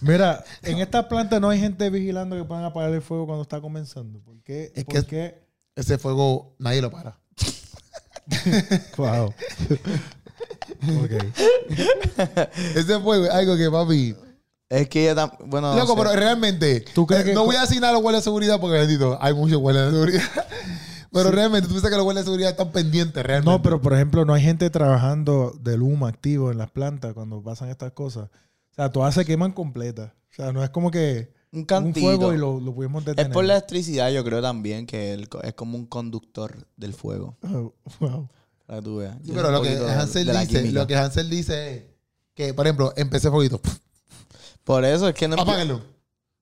B: Mira, en esta planta no hay gente vigilando que puedan apagar el fuego cuando está comenzando. ¿Por qué?
A: Es
B: ¿Por
A: que-
B: qué?
A: Ese fuego nadie lo para.
B: Wow. ok.
A: Ese fuego es algo que, papi.
C: Es que ella tam- Bueno, no
A: Loco,
C: sé.
A: pero realmente.
B: ¿Tú crees
A: eh,
B: que-
A: no voy a asignar a los guardias de seguridad porque, bendito, hay muchos guardias de seguridad. pero realmente, tú piensas que los guardias de seguridad están pendientes realmente.
B: No, pero por ejemplo, no hay gente trabajando de Luma activo en las plantas cuando pasan estas cosas. O sea, todas se queman completas. O sea, no es como que
C: un
B: un
C: cantito.
B: fuego y lo, lo pudimos
C: Es
B: detener.
C: por la electricidad, yo creo también que el co- es como un conductor del fuego.
B: Oh, wow.
C: Para que tú veas.
A: Sí,
C: Yo
A: pero
C: sé
A: lo
C: un
A: que,
C: poquito de-
A: Hansel
C: de la
A: dice,
C: química.
A: lo que Hansel dice es que, por ejemplo, empecé fueguito.
C: Por eso es que no.
A: Apáguenlo.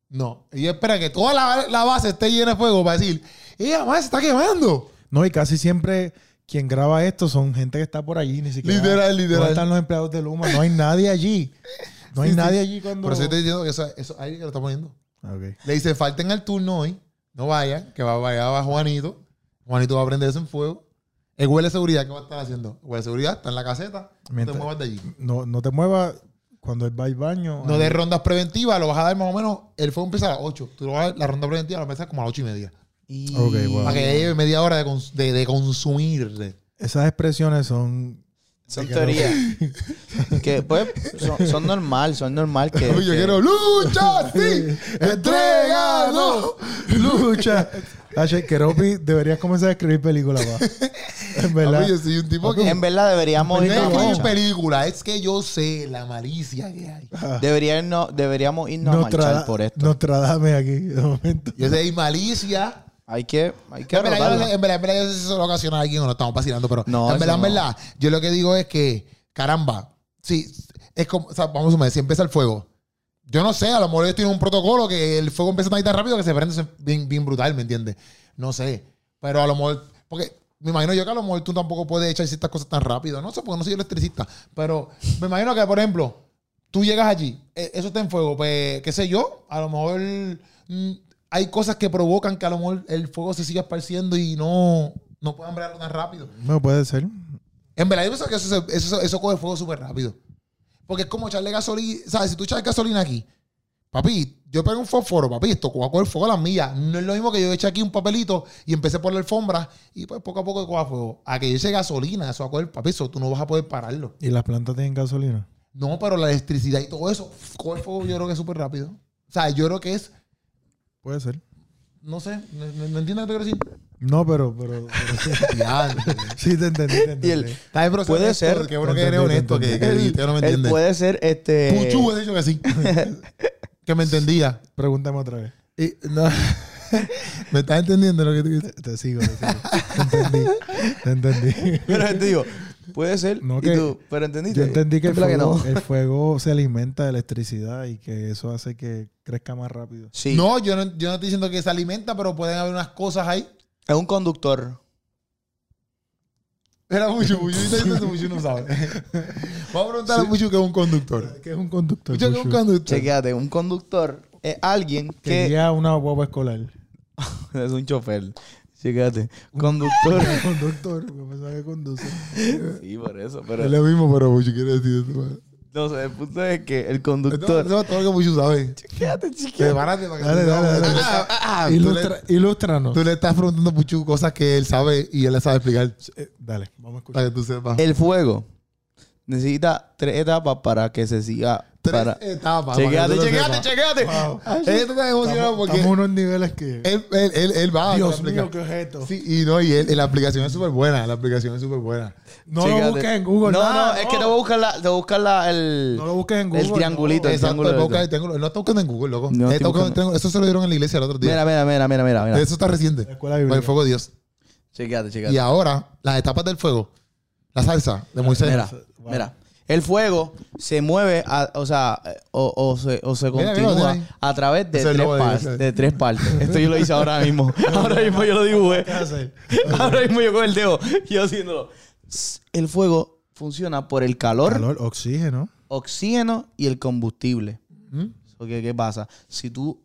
A: No. Y espera que toda la, la base esté llena de fuego para decir, ¡eh, más se está quemando!
B: No, y casi siempre quien graba esto son gente que está por allí, ni siquiera.
A: Literal, literal.
B: No están los empleados de Luma, no hay nadie allí. No hay
A: Sí, sí.
B: nadie allí cuando.
A: Por eso estoy diciendo que eso, eso ahí que lo está poniendo.
B: Ah, ok.
A: Le dice, falten al turno hoy. No vayan, que va, vaya, va Juanito. Juanito va a prender eso en fuego. El huele de seguridad, ¿qué va a estar haciendo? El huele de seguridad está en la caseta.
B: Mientras-
A: No te muevas de allí.
B: No, no te muevas cuando él va al baño.
A: No
B: ahí-
A: de rondas preventivas, lo vas a dar más o menos. El fuego empieza a las 8. Tú lo vas a dar- la ronda preventiva la empiezas como a las 8 y media.
C: Y-
B: Ok, wow.
A: Para que ya lleve media hora de, cons- de, de consumir. de-
B: Esas expresiones son.
C: Son
B: Dígalo.
C: teorías. que pues son, son normal, son normal que.
A: Yo
C: que-
A: quiero lucha, sí, entregado,
B: Escucha. H, Keropi, deberías comenzar a escribir películas, pa. En verdad.
A: Papi, yo soy un tipo que.
C: En verdad deberíamos
A: No
C: irnos.
A: es que hay
C: a marchar.
A: película, es que yo sé la malicia que hay.
C: Debería irnos- deberíamos irnos a marchar
B: Nostrada-
C: por esto.
B: Nostradamus aquí, de momento.
A: Yo sé, hay malicia.
C: Hay que, hay que
A: En verdad, yo no
C: rotarla.
A: sé- en verdad, en verdad, yo no sé si eso lo ocasiona a alguien o no estamos vacilando, pero
C: No,
A: en verdad,
C: eso
A: en
C: no.
A: verdad, yo lo que digo es que, caramba, sí, es como, o sea, vamos a sumar, si empieza el fuego, yo no sé, a lo mejor ellos tienen un protocolo que el fuego empieza tan, tan rápido que se prende se- bien, bien brutal, ¿me entiendes? No sé, pero a lo mejor, porque me imagino yo que a lo mejor tú tampoco puedes echar ciertas cosas tan rápido, no sé, porque no soy electricista, pero me imagino que, por ejemplo, tú llegas allí, eh, eso está en fuego, pues, qué sé yo, a lo mejor mm, hay cosas que provocan que a lo mejor el fuego se siga esparciendo y no, no puedan verlo tan rápido.
B: No puede ser.
A: En verdad, yo pienso que eso, se- eso, eso coge fuego súper rápido. Porque es como echarle gasolina. ¿Sabes? Si tú echas gasolina aquí, papi, yo pego un fósforo, papi, esto va a coger fuego a las millas. No es lo mismo que yo eche aquí un papelito y empecé por la alfombra y pues poco a poco coja fuego. A que yo eche gasolina, eso va a coger, papi, eso tú no vas a poder pararlo.
B: ¿Y las plantas tienen gasolina?
A: No, pero la electricidad y todo eso, coge fuego yo creo que es súper rápido. O sea, yo creo que es,
B: Puede ser.
A: no sé, no, no- no entiendo lo que te quiero decir.
B: No, pero, pero, pero sí,
A: Diantre.
B: sí te entendí, te entendí.
C: Y el-
A: Está bien, pero sé
C: Puede
A: honesto,
C: ser.
A: Que bueno que eres honesto, que, que dijiste, no me
C: Él
A: entiendes.
C: puede ser este.
A: Puchu eh. hubiese dicho que sí. que me entendía.
B: Pregúntame otra vez.
A: Y- no. ¿Me estás entendiendo lo que tú dices?
B: Te sigo, te sigo. Te entendí. Te entendí.
C: Pero te digo, puede ser.
B: No,
C: y
B: que-
C: tú, pero entendiste.
B: Yo entendí que, el
C: Claro
B: fuego,
C: no.
B: el fuego se alimenta de electricidad y que eso hace que crezca más rápido.
C: Sí.
A: No, yo no, yo no estoy diciendo que se alimenta, pero pueden haber unas cosas ahí.
C: Es un conductor.
A: Era Puchu, Puchu está diciendo que Puchu no sabe. Vamos a preguntar a Puchu que es un conductor.
B: Que es un conductor.
A: Puchu que es un
B: Puchu,
A: conductor.
C: Chequéate, un conductor es alguien
B: Que
C: que.
B: guía una guagua escolar.
C: es un chofer. Chequéate. Conductor.
B: Un conductor, porque pensaba que conduce.
C: sí, por eso.
A: Es
C: Pero
A: lo mismo, pero
B: pues,
A: Puchu quiere decir eso. man.
C: no sé, el punto es que el
A: Esto
C: conductor.
A: esto es todo lo que Puchu sabe.
C: Chequéate, chiquito.
A: Prepárate para que
B: Dale,
A: tú-
B: dale, dale.
A: Tú le estás- ah, tú le-
B: Ilustra, ilústranos.
A: Tú le estás preguntando a Puchu cosas que él sabe y él le sabe explicar.
B: Eh, dale, vamos a escuchar.
A: Para que tú sepas.
B: Eh,
C: El fuego necesita tres etapas para que se siga.
A: Tres
C: para-
A: etapas.
C: Chequéate, chequéate,
A: chequeate,
C: chequéate.
B: Wow.
A: Él está tan emocionado
B: Estamos,
A: porque
B: estamos unos niveles que.
C: Eh,
A: él, él, él, él
C: ah,
A: va a
B: Dios
A: la
B: mío,
A: aplicación.
B: qué objeto.
A: Sí, y no, y él- la aplicación es súper buena. La aplicación es súper buena.
B: No
C: Chequéate.
B: lo busques en Google.
C: No,
B: nada,
C: no, es que te voy a buscar la, te voy a buscar la, el.
B: No lo busques en Google.
C: El triangulito,
B: no.
C: el
A: Exacto,
C: triángulo.
A: él va a
C: de-
A: buscar el triángulo. Él no está buscando en Google, loco.
C: No,
A: Él
C: estoy
A: está buscando
C: buscando.
A: en triángulo. Eso se lo dieron en la iglesia el otro día.
C: Mira, mira, mira, mira, mira, mira.
A: Eso está reciente.
B: La escuela
A: Por
B: bíblica.
A: el fuego de Dios.
C: Chequéate, chequéate.
A: Y ahora, las etapas del fuego. La salsa de Moisés.
C: Mira,
B: Wow.
C: mira. El fuego se mueve, a- o sea, eh, o, o se, o se
A: Mira, mira,
C: continúa
A: mira.
C: a través de
A: Ese es
C: tres,
A: el logo de
C: par-
A: iglesia.
C: de tres partes. Esto yo lo hice ahora mismo. Ahora mismo yo lo dibujé.
B: ¿Qué hacer?
C: Ahora mismo yo con el dedo. Yo haciéndolo. El fuego funciona por el calor,
B: Calor, oxígeno.
C: oxígeno y el combustible.
A: ¿Mm?
C: So, ¿qué- ¿Qué pasa? Si tú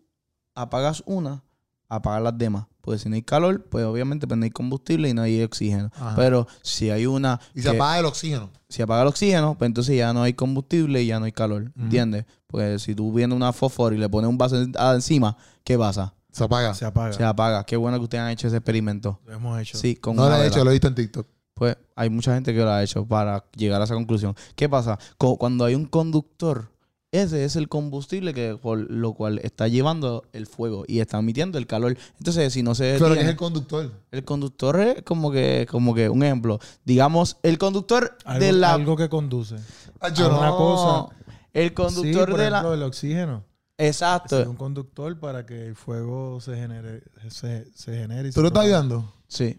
C: apagas una, apagas las demás. Porque si no hay calor, pues obviamente pues, no hay combustible y no hay oxígeno.
A: Ajá.
C: Pero si hay una
A: Y se
C: que-
A: apaga el oxígeno.
C: si apaga el oxígeno, pues entonces ya no hay combustible y ya no hay calor. ¿Entiendes? Porque si tú vienes una fósforo y le pones un vaso en- ah, encima, ¿qué pasa?
A: Se apaga.
B: Ah, Se apaga.
C: Se apaga. Qué bueno que ustedes han hecho ese experimento.
B: Lo hemos hecho.
C: Sí, con
A: No
C: una
A: lo he
C: vela.
A: hecho, lo he visto en TikTok.
C: Pues hay mucha gente que lo ha hecho para llegar a esa conclusión. ¿Qué pasa? Co- Cuando hay un conductor, ese es el combustible que por lo cual está llevando el fuego y está emitiendo el calor. Entonces, si no se
A: Pero que es
C: detiene-
A: el conductor.
C: el conductor es como que como que un ejemplo, digamos, el conductor
B: Algo,
C: de la
B: algo que conduce.
A: Ah,
B: yo no. una cosa.
C: El conductor
B: Sí, por
C: de
B: ejemplo,
C: la
B: el oxígeno.
C: Exacto.
B: Ser un conductor para que el fuego se genere. Se, se genere y
A: ¿Tú
B: se
A: lo estás
B: propague.
A: ayudando?
C: Sí.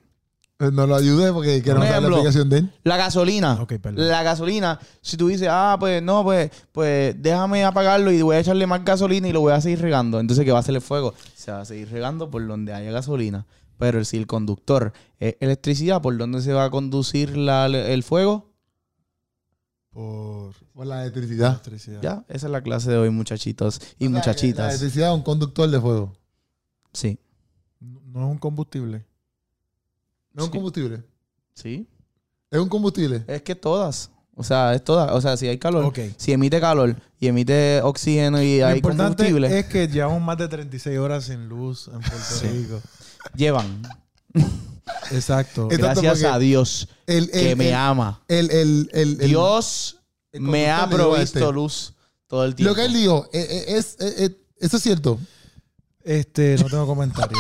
A: Eh, No lo ayudes porque queremos saber la
C: Ejemplo.
A: aplicación de él.
C: La gasolina.
B: Ok, perdón.
C: Ah. La gasolina, si tú dices, ah, pues no, pues, pues déjame apagarlo y voy a echarle más gasolina y lo voy a seguir regando. Entonces, ¿qué va a hacer el fuego? Se va a seguir regando por donde haya gasolina. Pero si el conductor es electricidad, ¿por dónde se va a conducir la- el fuego?
B: Por
A: Por la electricidad.
B: electricidad.
C: Ya, esa es la clase de hoy, muchachitos y
A: O sea, que La
C: muchachitas.
A: electricidad es un conductor de fuego.
C: Sí.
B: No es un combustible.
A: No es un
C: Sí.
A: combustible.
C: Sí.
A: Es un combustible.
C: Es que todas. O sea, es todas. O sea, si hay calor,
B: Ok.
C: si emite calor y emite oxígeno y
B: Lo
C: hay
B: importante
C: combustible.
B: es que llevamos más de 36 horas sin luz en Puerto Rico.
C: llevan.
B: Exacto.
A: Es- Exacto,
C: Gracias
A: porque
C: a Dios
A: El,
C: que
A: el-
C: me
A: el-
C: ama.
A: el- el- el- el-
C: Dios
A: el
C: me ha
A: este. conductor le dijo a
C: provisto
A: este.
C: luz todo el tiempo.
A: Lo que él dijo, eh, eh, es, eh, eh, eso es cierto.
B: Este, no tengo comentario.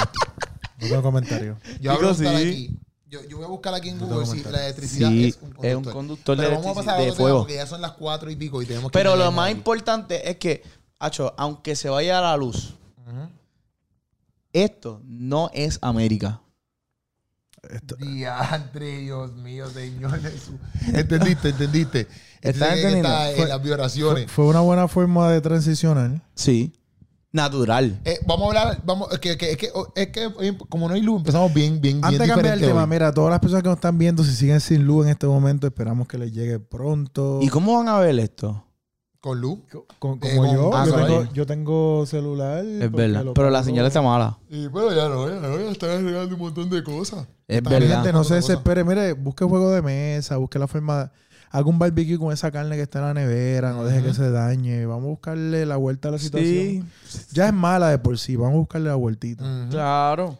B: no tengo comentario.
A: Yo voy a
C: Digo,
A: buscar
C: sí.
A: aquí. Yo, yo voy a buscar aquí en
B: No
A: Google
B: tengo
A: si
B: comentario.
A: la electricidad
C: Sí,
A: es un conductor.
C: es un conductor de
A: Pero vamos a pasar a
C: electrici- de
A: otro tema
C: fuego.
A: porque ya son las cuatro y pico y tenemos que
C: Pero lo
A: terminar
C: más
A: ahí.
C: importante es que, Acho, aunque se vaya la luz,
A: Ujú.
C: esto no es América.
B: Esto-
A: Diantre, Dios mío, Señor Jesús. Entendiste, entendiste. Entendiste que
C: entendiendo.
A: Está en
B: Fue-
A: las
B: fue,
A: violaciones.
B: fue una buena forma de transicionar.
C: Sí. Natural.
A: Eh, vamos a hablar, vamos, es que, que- es que, oh, es que hoy, como no hay luz, empezamos bien, bien, bien.
B: Antes de cambiar el
A: diferente
B: tema,
A: hoy.
B: mira, todas las personas que nos están viendo, si siguen sin luz en este momento, esperamos que les llegue pronto.
C: ¿Y cómo van a ver esto?
A: Con luz.
B: Co- con-
A: Eh,
B: como
A: con-
B: yo,
C: ah,
B: yo,
C: con
B: tengo,
C: ella.
B: yo tengo celular.
C: Es
B: porque
C: verdad.
B: lo
C: Pero la
B: pongo-
C: señal está mala.
A: Y bueno, ya no, ya no, ya están arreglando un montón de cosas.
C: Es
A: Está bien,
C: verdad.
B: Gente, no se
A: Otra cosa.
B: desespere. Mire, busque juego de mesa, busque la forma. Haga un barbecue con esa carne que está en la nevera, no deje
A: Ujú.
B: que se dañe. Vamos a buscarle la vuelta a la situación.
C: Sí,
B: Ya es mala de por sí, vamos a buscarle la vueltita.
A: Ujú.
C: claro.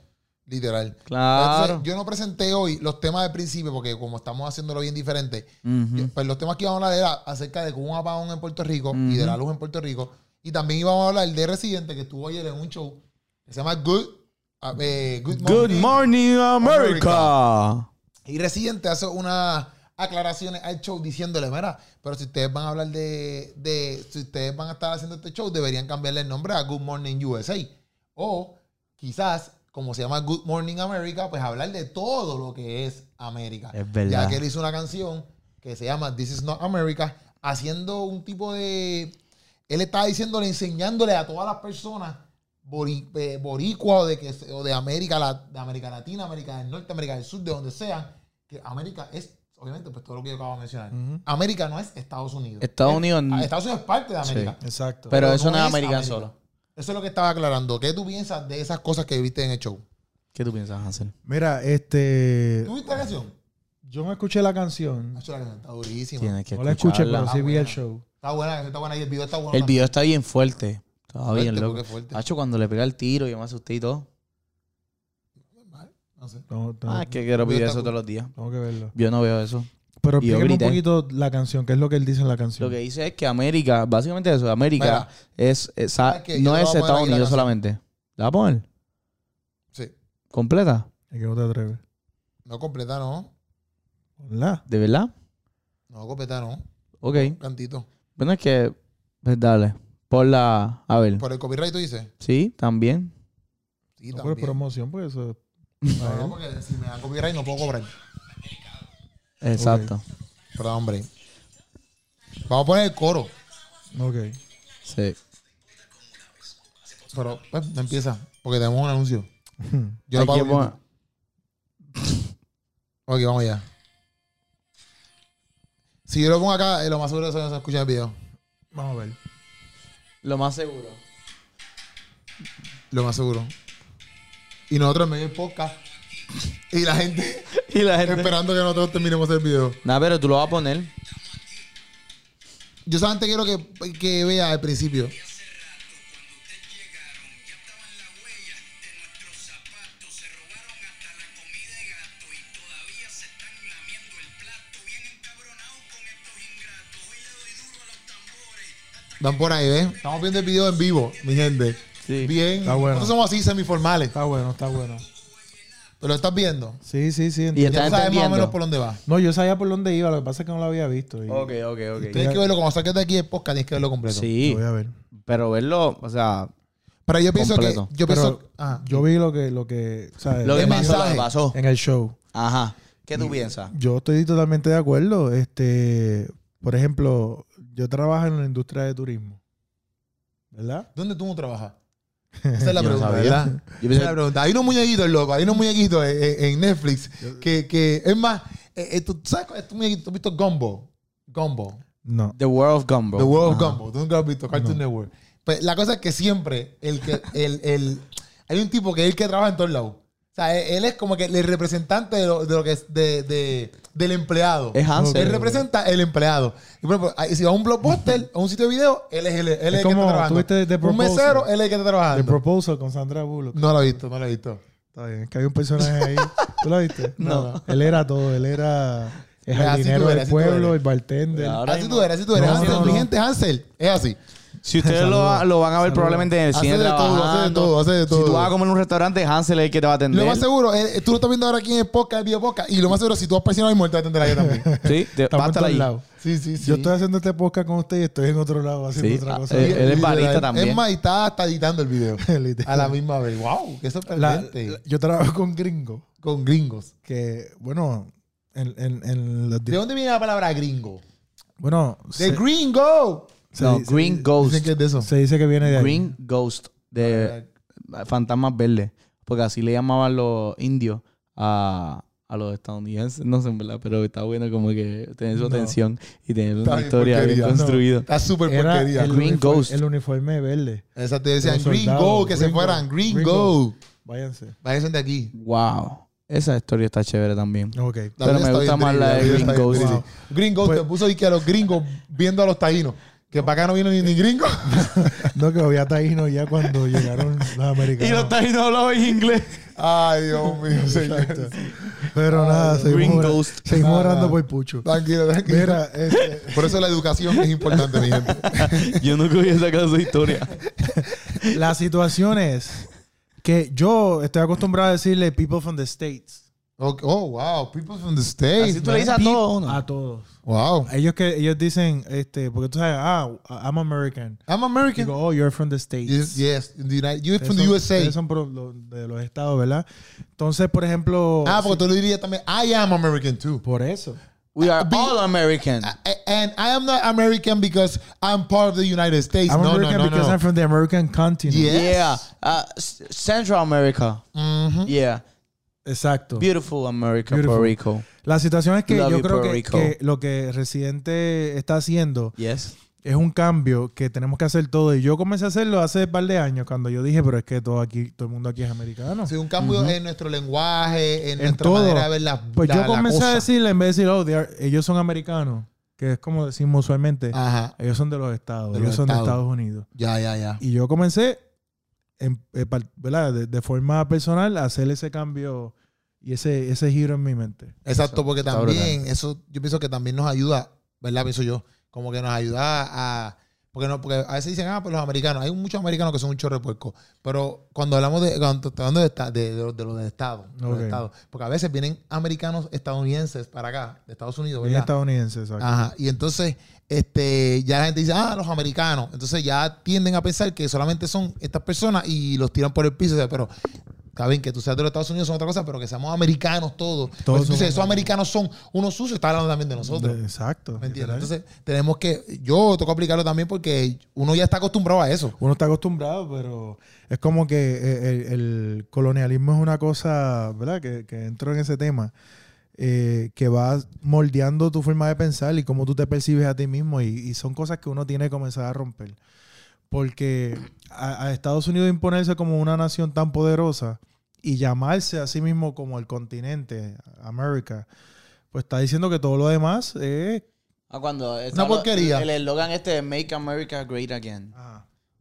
A: Literal.
C: Claro.
A: Entonces, yo no presenté hoy los temas del principio porque como estamos haciéndolo bien diferente,
C: Ujú.
A: yo- pues los temas que íbamos a hablar era acerca de que hubo un apagón en Puerto Rico y de
C: Ujú.
A: la luz en Puerto Rico. Y también íbamos a hablar de Residente que estuvo ayer en un show que se llama Good, ah, eh, Good
C: Good
A: Morning.
C: morning, America.
A: Y Residente hace unas aclaraciones al show diciéndole, mira, pero si ustedes van a hablar de, de, si ustedes van a estar haciendo este show, deberían cambiarle el nombre a Good Morning USA. O quizás, como se llama Good Morning America, pues hablar de todo lo que es América.
C: Es verdad.
A: Ya que él hizo una canción que se llama This is not America, haciendo un tipo de... Él estaba diciéndole, enseñándole a todas las personas bori- eh, boricua o de, que, o de, América, la- de América Latina, América del Norte, América del Sur, de donde sean, que América es, obviamente, pues todo lo que yo acabo de mencionar.
B: Ujú.
A: América no es Estados Unidos.
C: Estados
A: Es-
C: Unidos-
A: ah, Estados Unidos es parte de
C: Sí.
A: América.
B: Exacto.
C: Pero eso no es América solo.
A: Eso es lo que estaba aclarando. ¿Qué tú piensas de esas cosas que viste en el show?
C: ¿Qué tú piensas, Hansel?
B: Mira, este.
A: ¿Tú viste la canción?
B: Yo no escuché la canción.
A: Nacho, la canción está durísima.
C: Tienes que
B: No la escuché,
C: escucharla.
B: pero sí vi
A: Ah,
B: el
A: bueno.
B: show.
A: Está buena, la canción está buena y el video está bueno.
C: El video está bien fuerte. Estaba
A: Fuerte,
C: bien loco.
A: porque fuerte.
C: Hacho, cuando le pega el tiro, yo me asusté y todo.
A: Pues, No sé.
B: No, tengo,
C: Ah, es que quiero
A: Yo
C: vivir
A: está
C: eso
A: cool.
C: todos los días.
B: tengo que verlo.
C: Yo no veo eso.
B: Pero
C: Y yo
B: explíqueme un
C: grité.
B: poquito la canción, qué es lo que él dice en la
C: Lo
B: canción.
C: que dice es que América, básicamente eso, América
A: Mira.
C: es, es-
A: ¿Sabes qué? Yo
C: no
A: le voy
C: es
A: a poner aquí la
C: Estados Unidos
A: canción.
C: solamente. ¿La va a poner?
A: Sí.
C: ¿Completa?
B: Es que no te atreves.
A: No completa, no.
B: Hola.
C: ¿De verdad?
A: No completa, no.
C: Ok.
A: Cantito.
C: Bueno, es que. pues, dale. Por la. A ver.
A: Por el copyright tú dices.
C: Sí, también.
A: Sí,
B: No, pero es
A: también.
B: promoción, pues eso.
A: No, no, porque si me dan copyright no puedo cobrar.
C: Exacto.
A: Perdón, hombre. Vamos a poner el coro.
B: Ok.
C: Sí.
A: Pero pues, no empieza. Porque tenemos un anuncio. Yo lo
C: Hay
A: pago.
C: que
A: bien.
C: pon-
A: Ok, vamos allá. Si yo lo pongo acá, eh, lo más seguro es que no se escucha en el video.
B: Vamos a ver.
C: Lo más seguro.
A: Lo más seguro. Y nosotros en medio del podcast. Y la gente
C: Y la gente.
A: esperando que nosotros terminemos el video.
C: Nah, pero tú lo vas a poner.
A: Yo solamente quiero que, que vea al principio. Van por ahí, ¿ves? Estamos viendo el video en vivo, mi gente.
C: Sí.
A: Bien.
B: Está bueno.
A: Nosotros somos así semiformales.
B: Está bueno, está bueno.
A: Pero lo estás viendo.
B: Sí, sí, sí.
C: Y
B: entiendo.
A: Ya tú
C: estás
A: sabes más o
C: entendiendo.
A: menos por dónde va.
B: No, yo sabía por dónde iba, lo que pasa es que no lo había visto. y-
C: Ok, ok, ok.
A: Tienes que verlo cuando saques de aquí el podcast, tienes que verlo completo.
B: Lo
C: Sí.
B: voy a ver.
C: Pero verlo, o sea,
A: Pero yo pienso
C: Completo.
A: que. Yo
B: Pero-
A: pienso. ah,
B: Yo vi lo que, lo que, ¿sabes?
C: lo que
A: El
C: pasó, lo
A: Eh, mensaje. Eh. Mm.
C: que pasó.
B: en el show.
C: Ajá. ¿Qué tú piensas?
B: Yo estoy totalmente de acuerdo. Este, por ejemplo, yo trabajo en la industria de turismo. ¿Verdad?
A: ¿Dónde tú no trabajas? Esa es la
C: Yo no
A: pregunta,
C: sabía.
A: ¿verdad?
C: Yo
A: Esa es la
C: pensé,
A: pregunta. Hay unos muñequitos, loco. Hay unos muñequitos en- en, en Netflix que, que, es más, eh, eh, tú sabes cuál es tu muñequito? ¿Tú has visto Gumbo? Gumbo.
B: No.
C: The World of Gumbo.
A: The World of
C: Ajá.
A: Gumbo. Tú nunca lo has visto. Cartoon Network. Pues la cosa es que siempre el que, el, el, hay un tipo que es el que trabaja en todos lados. O sea, e-, él él es como que el representante de lo, de lo que es de, de- del empleado.
C: Es Hansel.
A: Él representa el empleado. Y por ejemplo, ahí, si va a un blockbuster o un sitio de video, él es el, él es el que
B: como,
A: está
B: ¿tú
A: trabajando.
B: viste The
A: un
B: Proposal?
A: mesero, él es el que está
B: The
A: trabajando.
B: Proposal con Sandra Bullock.
A: No lo he visto, no lo he visto.
B: Está bien, es que hay un personaje ahí. ¿Tú lo viste?
C: No.
B: Él era todo. Él era el
A: Así tú
B: jardinero
A: eres,
B: del
A: así tú
B: pueblo,
A: eres.
B: el bartender.
C: Ahora
A: así
C: mismo-
A: tú eres, así tú eres.
B: No,
A: Hansel,
B: no,
A: mi
B: no.
A: gente, Hansel, es así.
C: Si ustedes lo,
B: Saludos.
C: lo van a ver
B: Saludos.
C: probablemente en el
A: Hace
C: cine
A: de todo, hace de
C: trabajando.
A: todo, hace de todo.
C: Si tú vas a comer en un restaurante, Hansel es el que te va a atender.
A: Lo más seguro, eh, tú lo estás viendo ahora aquí en el podcast, el video podcast, y lo más seguro, si tú vas para el cine ahora mismo, él te va a atender ahí también.
C: Sí, te- va a
B: Estamos en
C: estar
B: todos
C: ahí.
B: lados.
A: Sí, sí, sí.
B: Yo estoy haciendo este podcast con usted y estoy en otro lado haciendo
C: Sí,
B: otra
C: ah,
B: cosa.
C: eh, él es
A: Literal.
C: barista también.
A: Es más, y está hasta editando el video.
B: Literal.
A: A la misma vez. ¡Wow! ¡Qué
B: La-
A: sorprendente!
B: la- yo trabajo con gringos
A: Con gringos.
B: que, bueno, en, en, en los... di-
A: ¿De dónde viene la palabra gringo?
B: Bueno,
A: ¡De gringo!
B: se
C: No,
B: dice-
C: Green Ghost.
A: Dicen que es de eso.
B: se dice que viene de ahí.
C: Green Ghost. De fantasmas verdes. Porque así le llamaban los indios a, a los estadounidenses. No sé, en verdad, pero está bueno como que tener su
B: No.
C: atención y tener
A: Está
C: una
A: bien
C: historia bien
A: porquería, no.
C: construida.
A: Está súper
B: Era
A: porquería.
B: el,
C: Green
B: uniforme-
C: Ghost.
B: el uniforme verde.
A: Exacto, decían
B: Los soldados,
A: gringo, que se
B: gringo,
A: fueran, gringo.
B: gringo. Váyanse.
A: Váyanse de aquí.
C: Wow. Esa historia está chévere también.
B: Ok.
A: La
C: Pero
A: vida
C: me
A: está
C: gusta
A: bien
C: más la
A: triste,
C: de
A: vida está
C: Gringo,
A: bien
B: sí.
A: triste. Gringo
B: Pues-
A: te puso y que a los gringos viendo a los taínos. Que para acá no vino ni, ni gringo.
B: No, que había taínos ya cuando llegaron los americanos.
C: taínos hablaban inglés.
A: Ay, Dios mío,
B: Exacto.
A: señor.
B: Pero
A: Ah,
B: nada,
C: Green
B: seguimos, ora-
C: Ghost.
B: seguimos
A: Nada.
B: orando por Pucho.
A: Tranquilo, tranquilo.
B: Mira, este,
A: Por eso la educación es importante, mi gente.
C: Yo no cogí esa clase de historia.
B: la situación es que yo estoy acostumbrado a decirle people from the States.
A: Ok, Oh, wow. People from the States.
C: Así tú
A: man.
C: le dices a
A: Oh,
C: todos. ¿no?
B: A todos.
A: Wow.
B: Ellos que ellos dicen, este, porque tú sabes, ah, I'm American.
A: I'm American.
B: Digo, oh, you're from the States.
A: Yes, yes. in the United- You're
B: Ustedes
A: from the
B: son-
A: USA.
B: ustedes son pro- lo- de los estados, ¿verdad? Entonces, por ejemplo.
A: Ah,
B: si-
A: porque tú le dirías también, I am American too.
B: por eso.
C: We are all American.
A: A- And I am not American because I'm part of the United States.
B: I'm
A: no,
B: American
A: no, no,
B: because
A: no.
B: I'm from the American continent.
A: Yeah. yes.
C: Yeah. Uh, S- Central America. Yeah.
B: Exacto.
C: Beautiful America,
B: Beautiful.
C: Puerto Rico.
B: La situación es que
C: Love
B: yo
C: you,
B: creo
C: Puerto
B: que,
C: Rico.
B: que lo que Residente está haciendo
C: Yes.
B: es un cambio que tenemos que hacer todo. Y yo comencé a hacerlo hace un par de años cuando yo dije, pero es que todo aquí, todo el mundo aquí es americano.
A: Sí, un cambio en nuestro lenguaje, en,
B: En
A: nuestra
B: todo.
A: manera de ver las
B: Pues
A: la-
B: yo
A: la
B: comencé
A: cosa.
B: a decirle, en vez de decir, oh, they are- ellos son americanos, que es como decimos usualmente,
A: Ajá.
B: ellos son de los estados,
A: Ah. De
B: ellos
A: los
B: son
A: estados.
B: de Estados Unidos.
A: Ya, ya, ya.
B: Y yo comencé, en- eh, par- ¿verdad? De, de forma personal, a hacer ese cambio y ese, ese giro en mi mente.
A: Exacto, porque
C: Está
A: también eso yo pienso que también nos ayuda, ¿verdad? Pienso yo, como que nos ayuda a porque no porque a veces dicen, "Ah, pues los americanos, hay muchos americanos que son un chorro de puerco", pero cuando hablamos de cuando estoy hablando de, esta- de, de, los- de los del estado, de los
B: Ok.
A: estados, porque a veces vienen americanos estadounidenses para acá, de Estados Unidos,
B: Bien
A: ¿verdad? Ah,
B: estadounidense, exacto.
A: Ajá. Y entonces, este, ya la gente dice, ah, los americanos. Entonces ya tienden a pensar que solamente son estas personas y los tiran por el piso. O sea, pero está bien que tú seas de los Estados Unidos son otra cosa, pero que seamos americanos todos. Pero si tú
B: somos
A: dices, esos americanos son unos sucios, está hablando también de nosotros.
B: De- exacto.
A: ¿Me entiendes?
B: literal.
A: Entonces, tenemos que, yo toco aplicarlo también porque uno ya está acostumbrado a eso.
B: Uno está acostumbrado, pero es como que eh, el, el colonialismo es una cosa, ¿verdad? Que, que entro en ese tema, eh, que va moldeando tu forma de pensar y cómo tú te percibes a ti mismo. Y, y son cosas que uno tiene que comenzar a romper. Porque a, a Estados Unidos imponerse como una nación tan poderosa y llamarse a sí mismo como el continente, América, pues está diciendo que todo lo demás es...
C: Ah, cuando
A: Una
C: lo-
A: porquería.
C: El el eslogan este de Make America Great Again.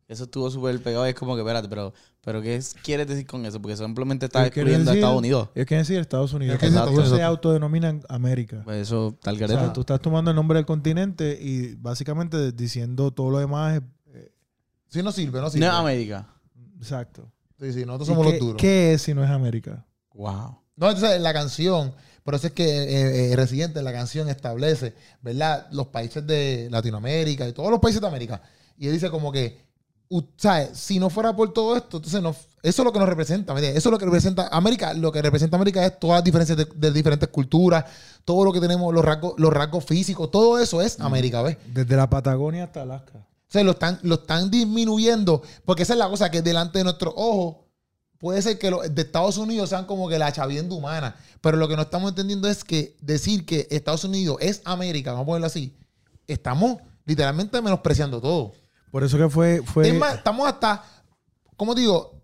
C: Eso estuvo súper pegado. Es como que, espérate, pero, pero ¿qué es- quieres decir con eso? Porque simplemente estás
B: Ellos quieren
C: excluyendo a
B: decir-
C: Estados Unidos.
B: Ellos quieren decir Estados Unidos.
A: Ellos quieren
C: decir
B: Ellos
A: Estados
B: se
A: Unidos.
B: autodenominan América.
C: Pues eso, tal
B: O
C: garete.
B: sea, tú estás tomando el nombre del continente y básicamente diciendo todo lo demás. es- eh,
A: Si no sirve, no
C: no
A: sirve.
C: es América.
B: exacto.
A: Sí, sí, nosotros
B: ¿Y
A: somos los
B: qué-
A: duros.
B: ¿Qué es si no es América?
C: Wow.
A: No, entonces la canción, por eso es que eh, eh, Residente, la canción establece, ¿verdad? Los países de Latinoamérica y todos los países de América. Y él dice como que, u- ¿sabes? Si no fuera por todo esto, entonces no, eso es lo que nos representa, ¿me entiendes? Eso es lo que representa América. Lo que representa América es todas las diferencias de, de diferentes culturas, todo lo que tenemos, los rasgos, los rasgos físicos, todo eso es América, ¿ves?
B: Desde la Patagonia hasta Alaska.
A: O sea, lo están, lo están disminuyendo. Porque esa es la cosa que delante de nuestros ojos puede ser que los de Estados Unidos sean como que la chavienda humana. Pero lo que no estamos entendiendo es que decir que Estados Unidos es América, vamos a ponerlo así, estamos literalmente menospreciando todo.
B: Por eso que fue... fue
A: Es más, estamos hasta, como digo,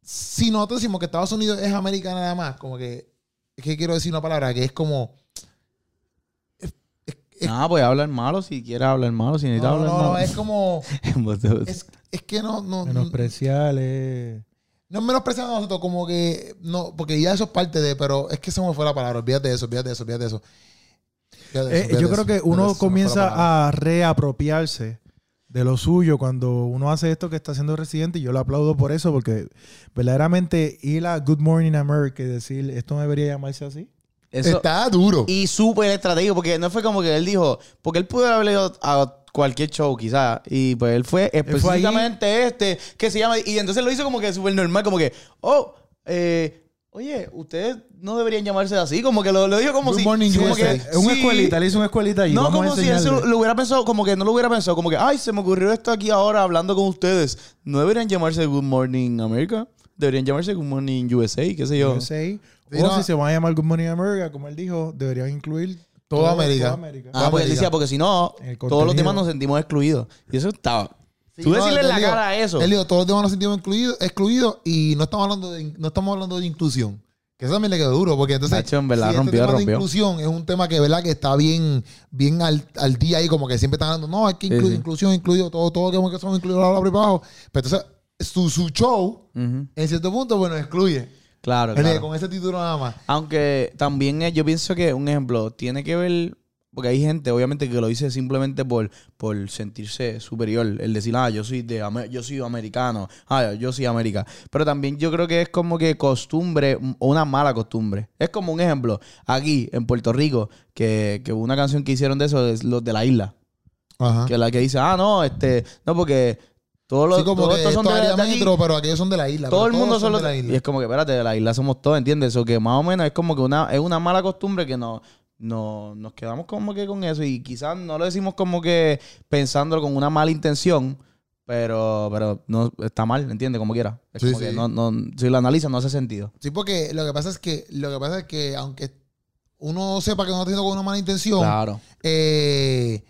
A: si nosotros decimos que Estados Unidos es América nada más, como que, es que quiero decir una palabra que es como...
C: Ah, pues hablar malo si quieres hablar malo, si necesitas
A: No, no,
C: hablar
A: no,
C: malo.
A: es como... Es, es que no... no
B: menospreciar, eh.
A: No menosprecian a nosotros, como que. No, porque ya eso es parte de. Pero es que se me fue la palabra. Olvídate de eso, olvídate de eso, olvídate de eso. Olvídate de eso,
B: Eh,
A: olvídate
B: yo
A: de
B: creo
A: eso, olvídate
B: que
A: de
B: uno
A: eso, se me fue la palabra.
B: comienza a reapropiarse de lo suyo cuando uno hace esto que está haciendo Residente y yo lo aplaudo por eso porque verdaderamente ir a Good Morning America y decir esto no debería llamarse así.
C: Eso-
A: Está duro.
C: Y súper estratégico, porque no fue como que él dijo, porque él pudo haber ido a cualquier show quizás, y pues él fue
B: fue allí.
C: específicamente este, que se llama, y entonces lo hizo como que súper normal, como que, oh, eh, oye, ustedes no deberían llamarse así, como que lo, lo dijo como
A: Good
C: si...
A: morning,
C: como
A: USA.
C: que,
A: Es
B: Es una
C: sí.
B: escuelita, le hizo una escuelita y
C: No,
B: vamos a
C: como si él se lo,
B: enseñarle.
C: lo hubiera pensado, como que no lo hubiera pensado, como que, ay, se me ocurrió esto aquí ahora hablando con ustedes. No deberían llamarse Good Morning America, deberían llamarse Good Morning USA, qué sé yo.
B: USA.
A: Sí,
B: o
A: no.
B: si se van a llamar Good Morning America, como él dijo, deberían incluir
A: Toda América.
B: toda América.
C: Ah, porque él decía, porque si no,
B: El
C: todos los
B: contenido.
C: demás nos sentimos excluidos. Y eso estaba.
A: Sí,
C: Tú
A: no,
C: decirle en
A: él
C: la
A: dijo-
C: cara a eso.
A: Él dijo, todos los demás nos sentimos incluidos, excluidos y no estamos hablando de, no estamos hablando de inclusión. Que eso también le quedó duro, porque entonces este
C: Nacho, en verdad, rompió,
A: tema de
C: rompió.
A: inclusión es un tema que verdad que está bien, bien al, al día ahí, como que siempre están hablando, no, es que
C: Sí,
A: inclu-
C: sí.
A: inclusión, incluido, todo, todo que que somos incluidos, bla, bla, bla, bla, bla. Pero entonces, su, su show,
C: Ujú.
A: en cierto punto, bueno, excluye.
C: Claro,
A: Él dice,
C: claro.
A: Con ese título nada más.
C: Aunque también eh, yo pienso que un ejemplo tiene que ver. Porque hay gente, obviamente, que lo dice simplemente por, por sentirse superior. El decir, ah, yo soy de Ame- yo soy americano, ah, yo soy América. Pero también yo creo que es como que costumbre, m- o una mala costumbre. Es como un ejemplo, aquí en Puerto Rico, que, que hubo una canción que hicieron de eso, es los de la isla.
A: Ajá.
C: Que la que dice, ah, no, este, no, porque todos los
A: Sí, como
C: todos
A: que
C: estos son
A: esto
C: de,
A: es área
C: de aquí.
A: metro, pero aquellos son de la isla.
C: todo
A: pero
C: el mundo
A: todos
C: son los
A: de la
C: Y
A: isla.
C: es como que, espérate, de la isla somos todos, ¿entiendes? Eso que más o menos es como que una, es una mala costumbre que no, no, nos quedamos como que con eso. Y quizás no lo decimos como que pensándolo con una mala intención, pero, pero no está mal, ¿entiendes? Como quiera. Es
A: Sí,
C: como que
A: sí.
C: no, no, si lo analizas, no hace sentido.
A: Sí, porque lo que pasa es que, lo que pasa es que, aunque uno sepa que no está haciendo con una mala intención,
C: Claro.
A: Eh,